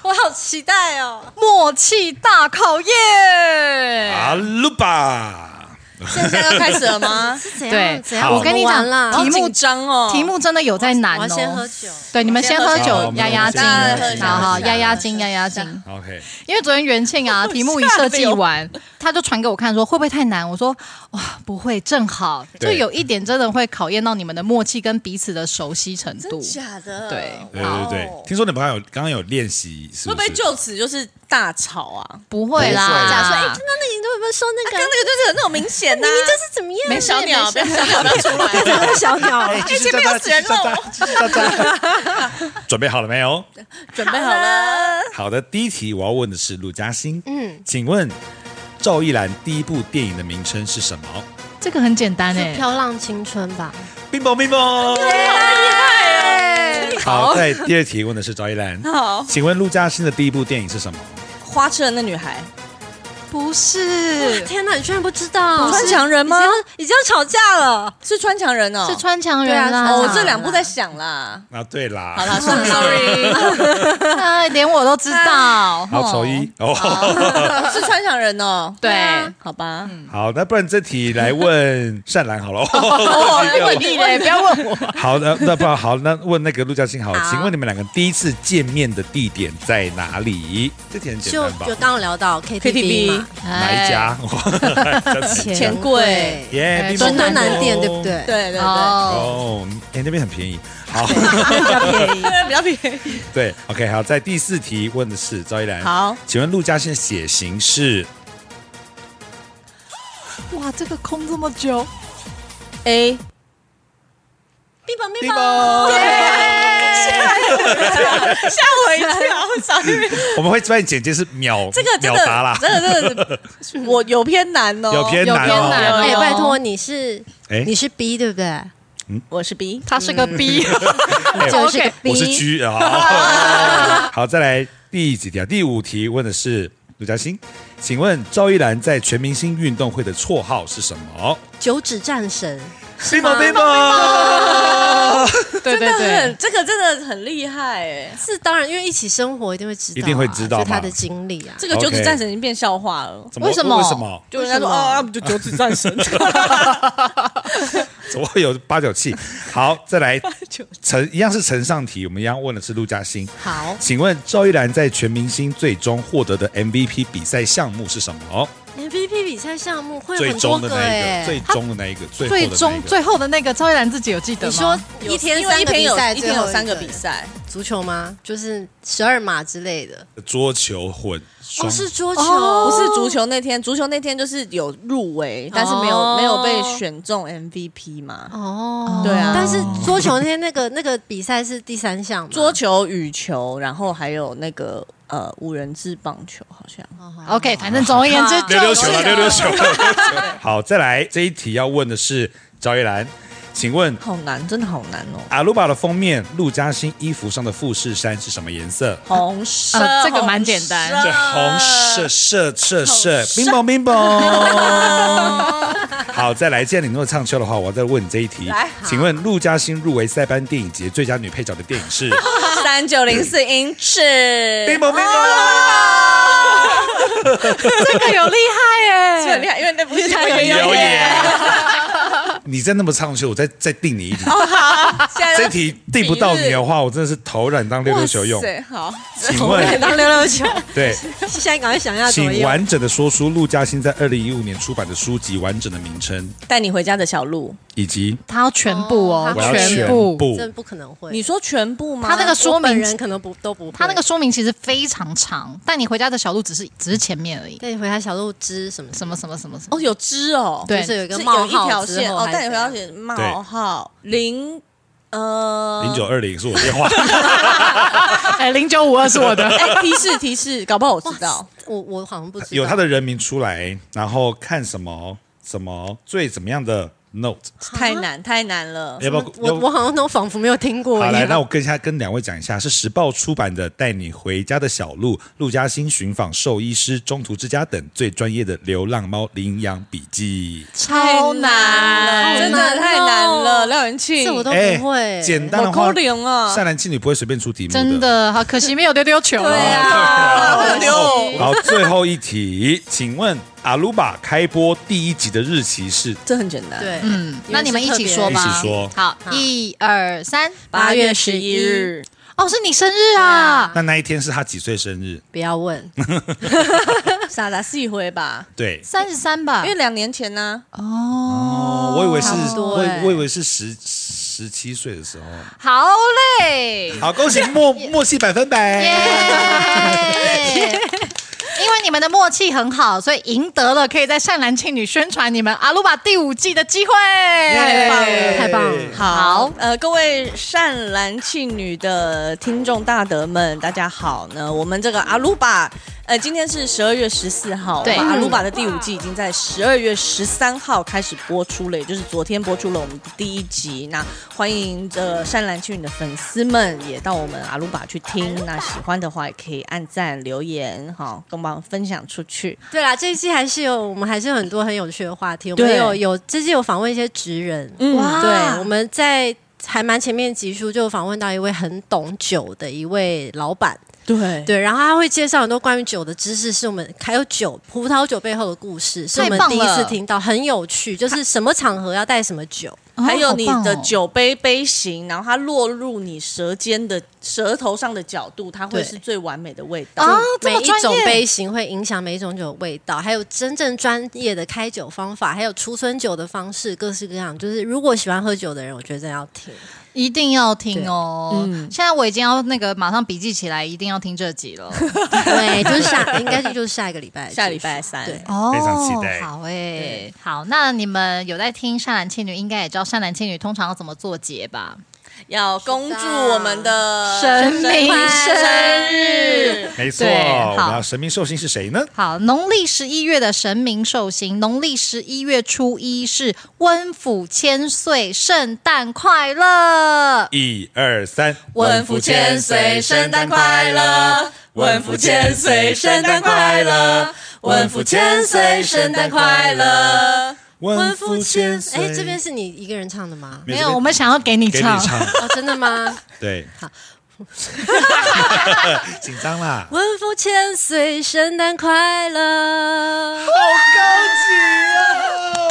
[SPEAKER 5] 我好期待哦！
[SPEAKER 3] 默契大考验。
[SPEAKER 2] 阿鲁巴，
[SPEAKER 4] 现在要开始 了吗？
[SPEAKER 5] 是怎
[SPEAKER 3] 对
[SPEAKER 5] 样？怎样？
[SPEAKER 2] 好
[SPEAKER 3] 我跟你
[SPEAKER 5] 玩
[SPEAKER 3] 讲
[SPEAKER 5] 啦，
[SPEAKER 4] 好
[SPEAKER 3] 题目
[SPEAKER 4] 紧张哦，
[SPEAKER 3] 题目真的有在难
[SPEAKER 5] 我要
[SPEAKER 3] 哦。
[SPEAKER 5] 先喝酒。
[SPEAKER 3] 对，你们先喝
[SPEAKER 2] 好我
[SPEAKER 3] 酒
[SPEAKER 2] 们
[SPEAKER 3] 压压惊，
[SPEAKER 4] 先喝酒
[SPEAKER 3] 好好压压惊，
[SPEAKER 5] 先喝酒
[SPEAKER 3] 压压惊。
[SPEAKER 2] OK，
[SPEAKER 3] 因为昨天元庆啊，题目一设计完，他就传给我看说会不会太难？我说哇，不会，正好。就
[SPEAKER 2] 对
[SPEAKER 3] 有一点真的会考验到你们的默契跟彼此的熟悉程
[SPEAKER 4] 真
[SPEAKER 3] 度。
[SPEAKER 4] 假的？
[SPEAKER 3] 对
[SPEAKER 2] 对
[SPEAKER 4] 哇哦
[SPEAKER 2] 对对，听说你们刚刚有刚刚有练习，是
[SPEAKER 4] 会
[SPEAKER 2] 不
[SPEAKER 4] 不会
[SPEAKER 2] 是？
[SPEAKER 4] 就此就是大吵啊？
[SPEAKER 3] 不会啦，
[SPEAKER 2] 不会
[SPEAKER 5] 假
[SPEAKER 2] 假
[SPEAKER 5] 设
[SPEAKER 2] 设
[SPEAKER 3] 啊
[SPEAKER 5] 哎，刚刚那啊个你啊都有没有说那
[SPEAKER 4] 刚
[SPEAKER 5] 个
[SPEAKER 4] 刚？那个就是有那种明显呐，
[SPEAKER 5] 明明哎就是怎么样？
[SPEAKER 4] 没 小鸟，不要小鸟，不要出
[SPEAKER 5] 对
[SPEAKER 4] 来。
[SPEAKER 5] 不要小鸟。
[SPEAKER 2] 哎，继续
[SPEAKER 4] 前面
[SPEAKER 2] 喳喳
[SPEAKER 4] 有死人肉嗯
[SPEAKER 2] 继续喳喳继续喳喳 准备好了没有？
[SPEAKER 4] 准备好了，
[SPEAKER 2] 好的，第一题我要问的是陆嘉欣，
[SPEAKER 5] 嗯，
[SPEAKER 2] 请问赵一兰第一部电影的名称是什么？
[SPEAKER 3] 这个很简单哎、
[SPEAKER 5] 是飘浪青春吧？
[SPEAKER 2] 冰雹，冰雹。好，在第二题问的是赵一兰，
[SPEAKER 4] 哦好，
[SPEAKER 2] 请问陆嘉欣的第一部电影是什么？
[SPEAKER 4] 花痴的那女孩，
[SPEAKER 3] 不是，
[SPEAKER 5] 天哪，你居然不知道？
[SPEAKER 4] 穿墙人吗？
[SPEAKER 5] 哦已经要吵架了。
[SPEAKER 4] 是穿墙人哦，
[SPEAKER 3] 是穿墙人啦。
[SPEAKER 4] 哦，我这两部在想 啦。
[SPEAKER 2] 啊，对啦，
[SPEAKER 4] 好啦，算了，sorry，
[SPEAKER 3] 哎连我都知道。
[SPEAKER 2] 好，丑一哦，
[SPEAKER 4] 是穿墙人哦。
[SPEAKER 3] 对
[SPEAKER 4] 啊好吧，
[SPEAKER 2] 好，那不然这题来问善兰好了。
[SPEAKER 3] 哦，
[SPEAKER 4] 哎
[SPEAKER 3] 问你嘞，不要问我。
[SPEAKER 2] 好的，那不然好，那问那个陆嘉欣好了，
[SPEAKER 5] 好
[SPEAKER 2] 请问你们两个第一次见面的地点在哪里？这题很简
[SPEAKER 5] 就
[SPEAKER 2] 单吧
[SPEAKER 5] 就？刚刚聊到 KTV 嘛
[SPEAKER 2] 哪一 家？
[SPEAKER 4] 钱柜
[SPEAKER 2] 耶，冰
[SPEAKER 5] 伦
[SPEAKER 2] 雹
[SPEAKER 5] 敦
[SPEAKER 3] 东
[SPEAKER 5] 南店对不？对？
[SPEAKER 4] 对对对，
[SPEAKER 3] 哦，
[SPEAKER 2] 哦，哎，那边很便宜。 好，
[SPEAKER 4] 比较便宜。
[SPEAKER 2] 对，OK，好，在第四题问的是赵一兰，
[SPEAKER 4] 好，
[SPEAKER 2] 请问陆嘉欣的血型是？
[SPEAKER 3] 哇，这个空这么久，
[SPEAKER 4] A
[SPEAKER 5] 冰雹
[SPEAKER 2] 地
[SPEAKER 5] 冰雹，
[SPEAKER 2] 方，
[SPEAKER 4] 吓我一跳，少一遍。
[SPEAKER 2] 我们会帮你简介是秒
[SPEAKER 4] 这个真
[SPEAKER 2] 秒答啦
[SPEAKER 4] 的，。真的 真的，我有偏难哦，
[SPEAKER 2] 有偏
[SPEAKER 3] 有
[SPEAKER 2] 难
[SPEAKER 3] 偏难
[SPEAKER 2] 哦，
[SPEAKER 5] 哎，
[SPEAKER 3] 哦
[SPEAKER 5] 拜托，你是
[SPEAKER 2] 哎
[SPEAKER 5] 你是 B 对不对？
[SPEAKER 4] 我是 B，
[SPEAKER 3] 他是个 B，
[SPEAKER 2] 哎
[SPEAKER 5] 就是个
[SPEAKER 3] OK，
[SPEAKER 5] B，
[SPEAKER 2] 我是 G 啊。好，再来第几题啊？第五题问的是陆嘉欣，请问赵一兰在全明星运动会的绰号是什么？
[SPEAKER 5] 九指战神。
[SPEAKER 2] 冰雹冰雹，
[SPEAKER 3] 对对
[SPEAKER 4] 真的
[SPEAKER 3] 对
[SPEAKER 4] 很，，这个真的很厉害哎。
[SPEAKER 5] 是当然，因为一起生活一定会知道啊，
[SPEAKER 2] 一定会知道嘛
[SPEAKER 5] 就他的经历啊。
[SPEAKER 4] 这个九指
[SPEAKER 2] OK
[SPEAKER 4] 战神已经变笑话了。
[SPEAKER 2] 怎么
[SPEAKER 3] 为什么
[SPEAKER 2] 为什么
[SPEAKER 4] 就人家说
[SPEAKER 5] 为什么
[SPEAKER 4] 啊，不就九指战神？
[SPEAKER 2] 怎么会有八九七？好，再来陈一样是陈上题，我们一样问的是陆嘉欣。
[SPEAKER 5] 好，
[SPEAKER 2] 请问赵一兰在全明星最终获得的 MVP 比赛项目是什么？
[SPEAKER 5] MVP 比赛项目会有
[SPEAKER 2] 最
[SPEAKER 5] 很多欸
[SPEAKER 2] 终的那
[SPEAKER 5] 个
[SPEAKER 2] 一
[SPEAKER 5] 哎、
[SPEAKER 2] 个，最终的那一个，最后的那
[SPEAKER 3] 最
[SPEAKER 2] 一个
[SPEAKER 3] 终最后的那个赵一兰自己有记得
[SPEAKER 5] 你
[SPEAKER 3] 吗？
[SPEAKER 5] 说
[SPEAKER 4] 有
[SPEAKER 5] 一天
[SPEAKER 4] 因为
[SPEAKER 5] 三
[SPEAKER 4] 一
[SPEAKER 5] 个
[SPEAKER 4] 天
[SPEAKER 5] 比
[SPEAKER 4] 有
[SPEAKER 5] 赛，
[SPEAKER 4] 一天有
[SPEAKER 5] 最后
[SPEAKER 4] 三个比，赛，
[SPEAKER 5] 足球吗？就是十二码之类的。
[SPEAKER 2] 桌球混双
[SPEAKER 5] 哦，是桌球，
[SPEAKER 4] 不是足球那天，足球那天就是有入围，但是没有没有被选中 MVP 嘛。
[SPEAKER 5] 哦
[SPEAKER 4] 对啊
[SPEAKER 5] 但是桌球那天那个那 个比赛是第三项嘛，
[SPEAKER 4] 桌球、羽球，然后还有那个呃五人制棒球，好像
[SPEAKER 3] OK，反正总而言之
[SPEAKER 5] 好
[SPEAKER 3] 就
[SPEAKER 2] 啊溜
[SPEAKER 3] 是
[SPEAKER 2] 溜球了，溜溜球。
[SPEAKER 4] 对
[SPEAKER 2] 好，再来这一题要问的是赵一兰，请问
[SPEAKER 4] 好难，真的好难哦。
[SPEAKER 2] 阿鲁巴的封面，陆嘉欣衣服上的富士山是什么颜色？
[SPEAKER 4] 红色，
[SPEAKER 3] 呃这个蛮简单
[SPEAKER 2] 这红色色色色，冰雹冰 雹。好，再来，既然你那么唱秋的话，我要再问你这一题
[SPEAKER 4] 来，
[SPEAKER 2] 请问陆嘉欣入围塞班电影节最佳女配角的电影 是？
[SPEAKER 4] 三九零四英
[SPEAKER 2] 冰
[SPEAKER 4] 尺，啊
[SPEAKER 2] 雹冰雹，
[SPEAKER 3] 这个有厉害耶、
[SPEAKER 4] 这个很厉害，因为那不是他的
[SPEAKER 2] 有耶！ 你再那么唱秋，我再再定你一题。
[SPEAKER 4] 现在
[SPEAKER 2] 这题哦定不到你啊的话，我真的是头软当溜溜球用。
[SPEAKER 4] 对，好，
[SPEAKER 2] 请问，
[SPEAKER 5] 当溜溜球，
[SPEAKER 2] 对，
[SPEAKER 5] 现在赶快想一下怎么
[SPEAKER 2] 请
[SPEAKER 5] 用。
[SPEAKER 2] 完整的说出陆嘉欣在二零一五年出版的书籍完整的名称，
[SPEAKER 4] 带你回家的小鹿，
[SPEAKER 2] 以及
[SPEAKER 3] 他要全部哦，
[SPEAKER 5] 哦
[SPEAKER 2] 我要全
[SPEAKER 3] 部。
[SPEAKER 5] 真的不可能会，
[SPEAKER 4] 你说全部吗？
[SPEAKER 3] 他那个
[SPEAKER 5] 我
[SPEAKER 3] 说
[SPEAKER 5] 本
[SPEAKER 3] 明，
[SPEAKER 5] 人可能不都不会。
[SPEAKER 3] 他那个说明其实非常长，但你回家的小路只是只是前面而已。
[SPEAKER 5] 带你回家小鹿汁什么什
[SPEAKER 3] 什么什么什么什么？
[SPEAKER 4] 哦，有枝哦，
[SPEAKER 5] 么，
[SPEAKER 3] 对
[SPEAKER 5] 就是有一个
[SPEAKER 4] 是
[SPEAKER 5] 冒
[SPEAKER 4] 有一
[SPEAKER 5] 号
[SPEAKER 4] 条
[SPEAKER 5] 之
[SPEAKER 4] 线
[SPEAKER 5] 后
[SPEAKER 4] 哦，
[SPEAKER 5] 还
[SPEAKER 4] 带
[SPEAKER 5] 是
[SPEAKER 4] 你
[SPEAKER 5] 怎
[SPEAKER 4] 回家
[SPEAKER 5] 样
[SPEAKER 4] 写冒号零呃
[SPEAKER 2] 零九二零是我电话。
[SPEAKER 3] 哎，零九五二是我 的。
[SPEAKER 4] 哎，提示提示，搞不好我知道。
[SPEAKER 5] 我我好像不知道
[SPEAKER 2] 有他的人名出来，然后看什么什么最怎么样的 note，
[SPEAKER 4] 太难太难了。
[SPEAKER 2] 要不要？
[SPEAKER 5] 我
[SPEAKER 2] 要不
[SPEAKER 5] 我好像都仿佛没有听过
[SPEAKER 2] 好
[SPEAKER 5] 一
[SPEAKER 2] 来，那
[SPEAKER 5] 样。
[SPEAKER 2] 我跟一下跟两位讲一下，是时报出版的《带你回家的小路》，陆嘉欣寻访兽医师、中途之家等最专业的流浪猫领养笔记。
[SPEAKER 3] 超难
[SPEAKER 4] 真的
[SPEAKER 5] 好难哦
[SPEAKER 4] 太难了，廖元庆，
[SPEAKER 5] 这我都不会，
[SPEAKER 2] 哎简单的
[SPEAKER 4] 好
[SPEAKER 2] 话
[SPEAKER 4] 可，怜啊
[SPEAKER 2] 善男信女不会随便出题目
[SPEAKER 3] 真
[SPEAKER 2] 的。
[SPEAKER 3] 的好可惜，没有丢丢球。啊
[SPEAKER 4] 对
[SPEAKER 5] 哦
[SPEAKER 2] 好哦
[SPEAKER 4] 啊，
[SPEAKER 5] 可
[SPEAKER 4] 丢
[SPEAKER 5] 惜
[SPEAKER 2] 好，最后一题，请问阿鲁巴开播第一集的日期是？
[SPEAKER 4] 这很简单。，
[SPEAKER 5] 对，
[SPEAKER 3] 嗯，那你们一起说吧。
[SPEAKER 2] 一起说
[SPEAKER 3] 好，一二三，
[SPEAKER 4] 八月十一。日，
[SPEAKER 3] 哦，是你生日啊！
[SPEAKER 2] 那那一天是他几岁生日？
[SPEAKER 5] 不 要问，
[SPEAKER 4] 傻傻四回吧，
[SPEAKER 2] 对，
[SPEAKER 3] 三十三吧
[SPEAKER 4] 因？为两年前呢，
[SPEAKER 2] 哦，我以为是，
[SPEAKER 5] 差不多
[SPEAKER 2] 我以
[SPEAKER 5] 欸
[SPEAKER 2] 我以为是十十七岁的时候。
[SPEAKER 3] 好嘞，
[SPEAKER 2] 好，恭喜 默默契百分百。
[SPEAKER 3] 耶！ 因为你们的默契很好，所以赢得了可以在善男信女宣传你们阿鲁巴第五季的机会。
[SPEAKER 4] 太棒了
[SPEAKER 5] 太棒了。
[SPEAKER 4] 好，呃，各位善男信女的听众大德们，大家好呢。我们这个阿鲁巴，呃，今天是十二月十四号，
[SPEAKER 3] 对
[SPEAKER 4] 我们阿鲁巴的第五季已经在十二月十三号开始播出了，也就是昨天播出了我们第一集。那欢迎这善男信女的粉丝们也到我们阿鲁巴去听。那喜欢的话也可以按赞留言，好，跟帮我们分享出去。
[SPEAKER 5] 对啦，这一期还是有我们还是有很多很有趣的话题。我们
[SPEAKER 4] 对
[SPEAKER 5] 有有这期有访问一些职人，
[SPEAKER 4] 嗯
[SPEAKER 3] 哇
[SPEAKER 5] 对，我们在还蛮前面集数就访问到一位很懂酒的一位老板，
[SPEAKER 4] 对对
[SPEAKER 5] 对，然后他会介绍很多关于酒的知识，是我们还有酒葡萄酒背后的故事，是我们
[SPEAKER 3] 太棒
[SPEAKER 5] 第一次
[SPEAKER 3] 了
[SPEAKER 5] 听到，很有趣，就是什么场合要带什么酒。
[SPEAKER 3] 哦
[SPEAKER 4] 还有你
[SPEAKER 3] 好棒
[SPEAKER 4] 的
[SPEAKER 3] 哦
[SPEAKER 4] 酒杯杯型，然后它落入你舌尖的舌头上的角度，它会
[SPEAKER 5] 对
[SPEAKER 4] 是最完美的味道。
[SPEAKER 3] 啊，这
[SPEAKER 5] 嗯每
[SPEAKER 3] 么
[SPEAKER 5] 一
[SPEAKER 3] 专
[SPEAKER 5] 种
[SPEAKER 3] 业
[SPEAKER 5] 杯型会影响每一种酒的味道，还有真正专业的开酒方法，还有储存酒的方式，各式各样。就是如果喜欢喝酒的人，我觉得真的要听。
[SPEAKER 3] 一定要听哦！
[SPEAKER 4] 对嗯
[SPEAKER 3] 现在我已经要那个马上笔记起来，一定要听这集 了。
[SPEAKER 5] 对，就是下，应该就是下一个礼拜的集数，
[SPEAKER 4] 下礼拜三
[SPEAKER 5] 对，
[SPEAKER 3] 哦
[SPEAKER 2] 非常期待
[SPEAKER 3] 好诶、好，那你们有在听善男信女，应该也知道善男信女通常要怎么做结吧？
[SPEAKER 4] 要恭祝我们的
[SPEAKER 3] 神明
[SPEAKER 4] 生
[SPEAKER 3] 生
[SPEAKER 4] 日
[SPEAKER 3] 日，
[SPEAKER 2] 没错，
[SPEAKER 3] 对
[SPEAKER 2] 我们
[SPEAKER 3] 好
[SPEAKER 2] 要神明寿星是谁呢？
[SPEAKER 3] 好，农历十一月的神明寿星，农历十一月初一是温府千岁，圣诞快乐！
[SPEAKER 2] 一二三，
[SPEAKER 4] 文福千岁圣诞快乐文福千岁圣诞快乐文福千岁圣诞快乐，
[SPEAKER 2] 文福千岁。
[SPEAKER 5] 哎，这边是你一个人唱的吗？
[SPEAKER 2] 没
[SPEAKER 3] 没
[SPEAKER 2] 有这
[SPEAKER 3] 有，
[SPEAKER 2] 边
[SPEAKER 3] 我们想要给你
[SPEAKER 2] 给你
[SPEAKER 3] 唱。
[SPEAKER 2] 唱，
[SPEAKER 5] 哦，真的吗？
[SPEAKER 2] 对， 紧张啦，
[SPEAKER 5] 文福千岁，圣诞快 乐！
[SPEAKER 2] 高
[SPEAKER 4] 啊
[SPEAKER 2] 级哦。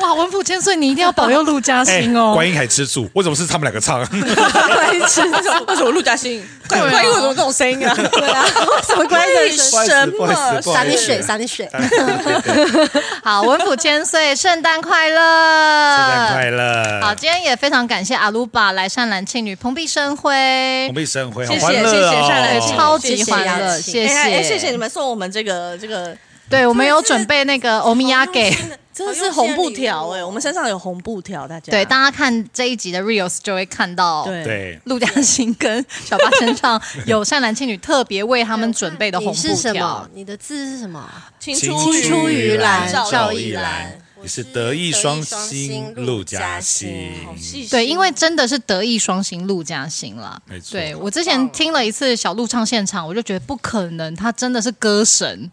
[SPEAKER 3] 哇，温府千岁，你一定要保佑陆嘉
[SPEAKER 2] 哎
[SPEAKER 3] 欣，哦！
[SPEAKER 2] 观音还吃醋，为什么是他们两个 唱？
[SPEAKER 4] 关于吃为什么陆嘉欣？关
[SPEAKER 3] 对啊
[SPEAKER 4] 关于为什么这种声音啊？对啊，为什么关 于
[SPEAKER 5] 为
[SPEAKER 2] 什
[SPEAKER 4] 什
[SPEAKER 2] 么不好意思不好意
[SPEAKER 4] 么
[SPEAKER 2] 思不好意思
[SPEAKER 5] 洒你水，洒你水！
[SPEAKER 3] 好，温府千岁，圣诞快乐！
[SPEAKER 2] 圣
[SPEAKER 3] 圣
[SPEAKER 2] 诞快乐，
[SPEAKER 3] 好，今天也非常感谢阿鲁巴来善兰庆女蓬荜生
[SPEAKER 2] 我
[SPEAKER 3] 辉，
[SPEAKER 2] 们一生会
[SPEAKER 4] 谢
[SPEAKER 2] 好
[SPEAKER 4] 谢
[SPEAKER 2] 欢乐
[SPEAKER 4] 谢谢善
[SPEAKER 2] 哦
[SPEAKER 3] 对，
[SPEAKER 4] 来哦
[SPEAKER 3] 超级
[SPEAKER 5] 谢谢
[SPEAKER 3] 欢
[SPEAKER 5] 邀
[SPEAKER 3] 乐，
[SPEAKER 5] 请
[SPEAKER 3] 谢
[SPEAKER 4] 哎哎
[SPEAKER 3] 谢，
[SPEAKER 4] 谢谢你。们送我们这个这个，
[SPEAKER 3] 对，我们有准备那个欧米亚给，
[SPEAKER 4] 真的是红布条
[SPEAKER 5] 好用心的礼
[SPEAKER 4] 哎，
[SPEAKER 5] 物哦
[SPEAKER 4] 我们身上有红布条，大家
[SPEAKER 3] 对，大家看这一集的 reels 就会看到，
[SPEAKER 4] 对
[SPEAKER 2] 对，
[SPEAKER 3] 陆嘉欣跟小巴身上有善男信女特别为他们准备的红
[SPEAKER 5] 你是
[SPEAKER 3] 布
[SPEAKER 5] 什么
[SPEAKER 3] 条。？
[SPEAKER 5] 你的字是什么？
[SPEAKER 4] 青
[SPEAKER 2] 青
[SPEAKER 4] 出
[SPEAKER 2] 出
[SPEAKER 4] 于
[SPEAKER 2] 于
[SPEAKER 4] 蓝
[SPEAKER 2] 蓝
[SPEAKER 4] 照
[SPEAKER 2] 照
[SPEAKER 4] 亦
[SPEAKER 2] 亦
[SPEAKER 4] 然
[SPEAKER 2] 蓝。你是德艺双馨陆嘉欣，
[SPEAKER 4] 好细心哦
[SPEAKER 3] 对，因为真的是德艺双馨，陆嘉欣啦。
[SPEAKER 2] 没错
[SPEAKER 3] 对我之前听了一次小鹿唱现场，我就觉得不可能，他真的是歌神。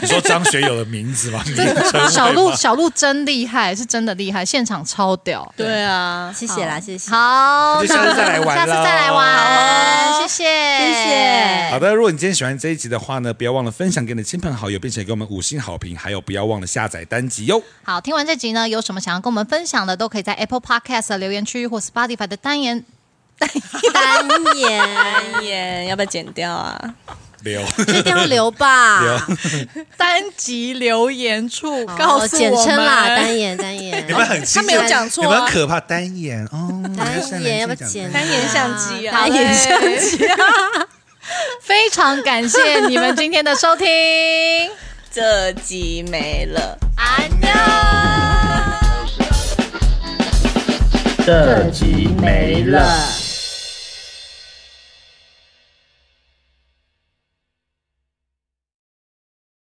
[SPEAKER 2] 你说张学友的名字吗？
[SPEAKER 3] 真
[SPEAKER 2] 名称
[SPEAKER 3] 的，
[SPEAKER 2] 吗
[SPEAKER 3] 小鹿小鹿真厉害，是真的厉害，现场超屌。
[SPEAKER 4] 对啊，
[SPEAKER 5] 谢谢啦，谢谢。
[SPEAKER 2] 那
[SPEAKER 3] 好，
[SPEAKER 2] 就下次再来玩
[SPEAKER 3] 下次
[SPEAKER 2] 喽
[SPEAKER 3] 再来玩，谢谢，谢
[SPEAKER 5] 谢
[SPEAKER 2] 好的，如果你今天喜欢这一集的话呢，不要忘了分享给你的亲朋好友，并且给我们五星好评，还有不要忘了下载单集哟。
[SPEAKER 3] 好，听完这集呢，有什么想要跟我们分享的，都可以在 Apple Podcast 的留言区或 Spotify 的单言
[SPEAKER 5] 单眼
[SPEAKER 4] 单眼要不要剪掉啊？
[SPEAKER 2] 六，
[SPEAKER 5] 这一定要留吧，哦
[SPEAKER 2] 留
[SPEAKER 3] 单集留言处
[SPEAKER 5] 好
[SPEAKER 3] 告诉我
[SPEAKER 5] 哦简称啦，
[SPEAKER 3] 们
[SPEAKER 5] 单眼单眼
[SPEAKER 2] 你们很
[SPEAKER 4] 他没有讲错
[SPEAKER 2] 你
[SPEAKER 4] 啊
[SPEAKER 2] 们很可怕，单眼哦，
[SPEAKER 5] 单眼要不要剪？
[SPEAKER 4] 单眼相机啊，
[SPEAKER 5] 单眼相机。
[SPEAKER 3] 非常感谢你们今天的收听，
[SPEAKER 4] 这集没了。
[SPEAKER 3] 安妞。
[SPEAKER 6] 这集没了。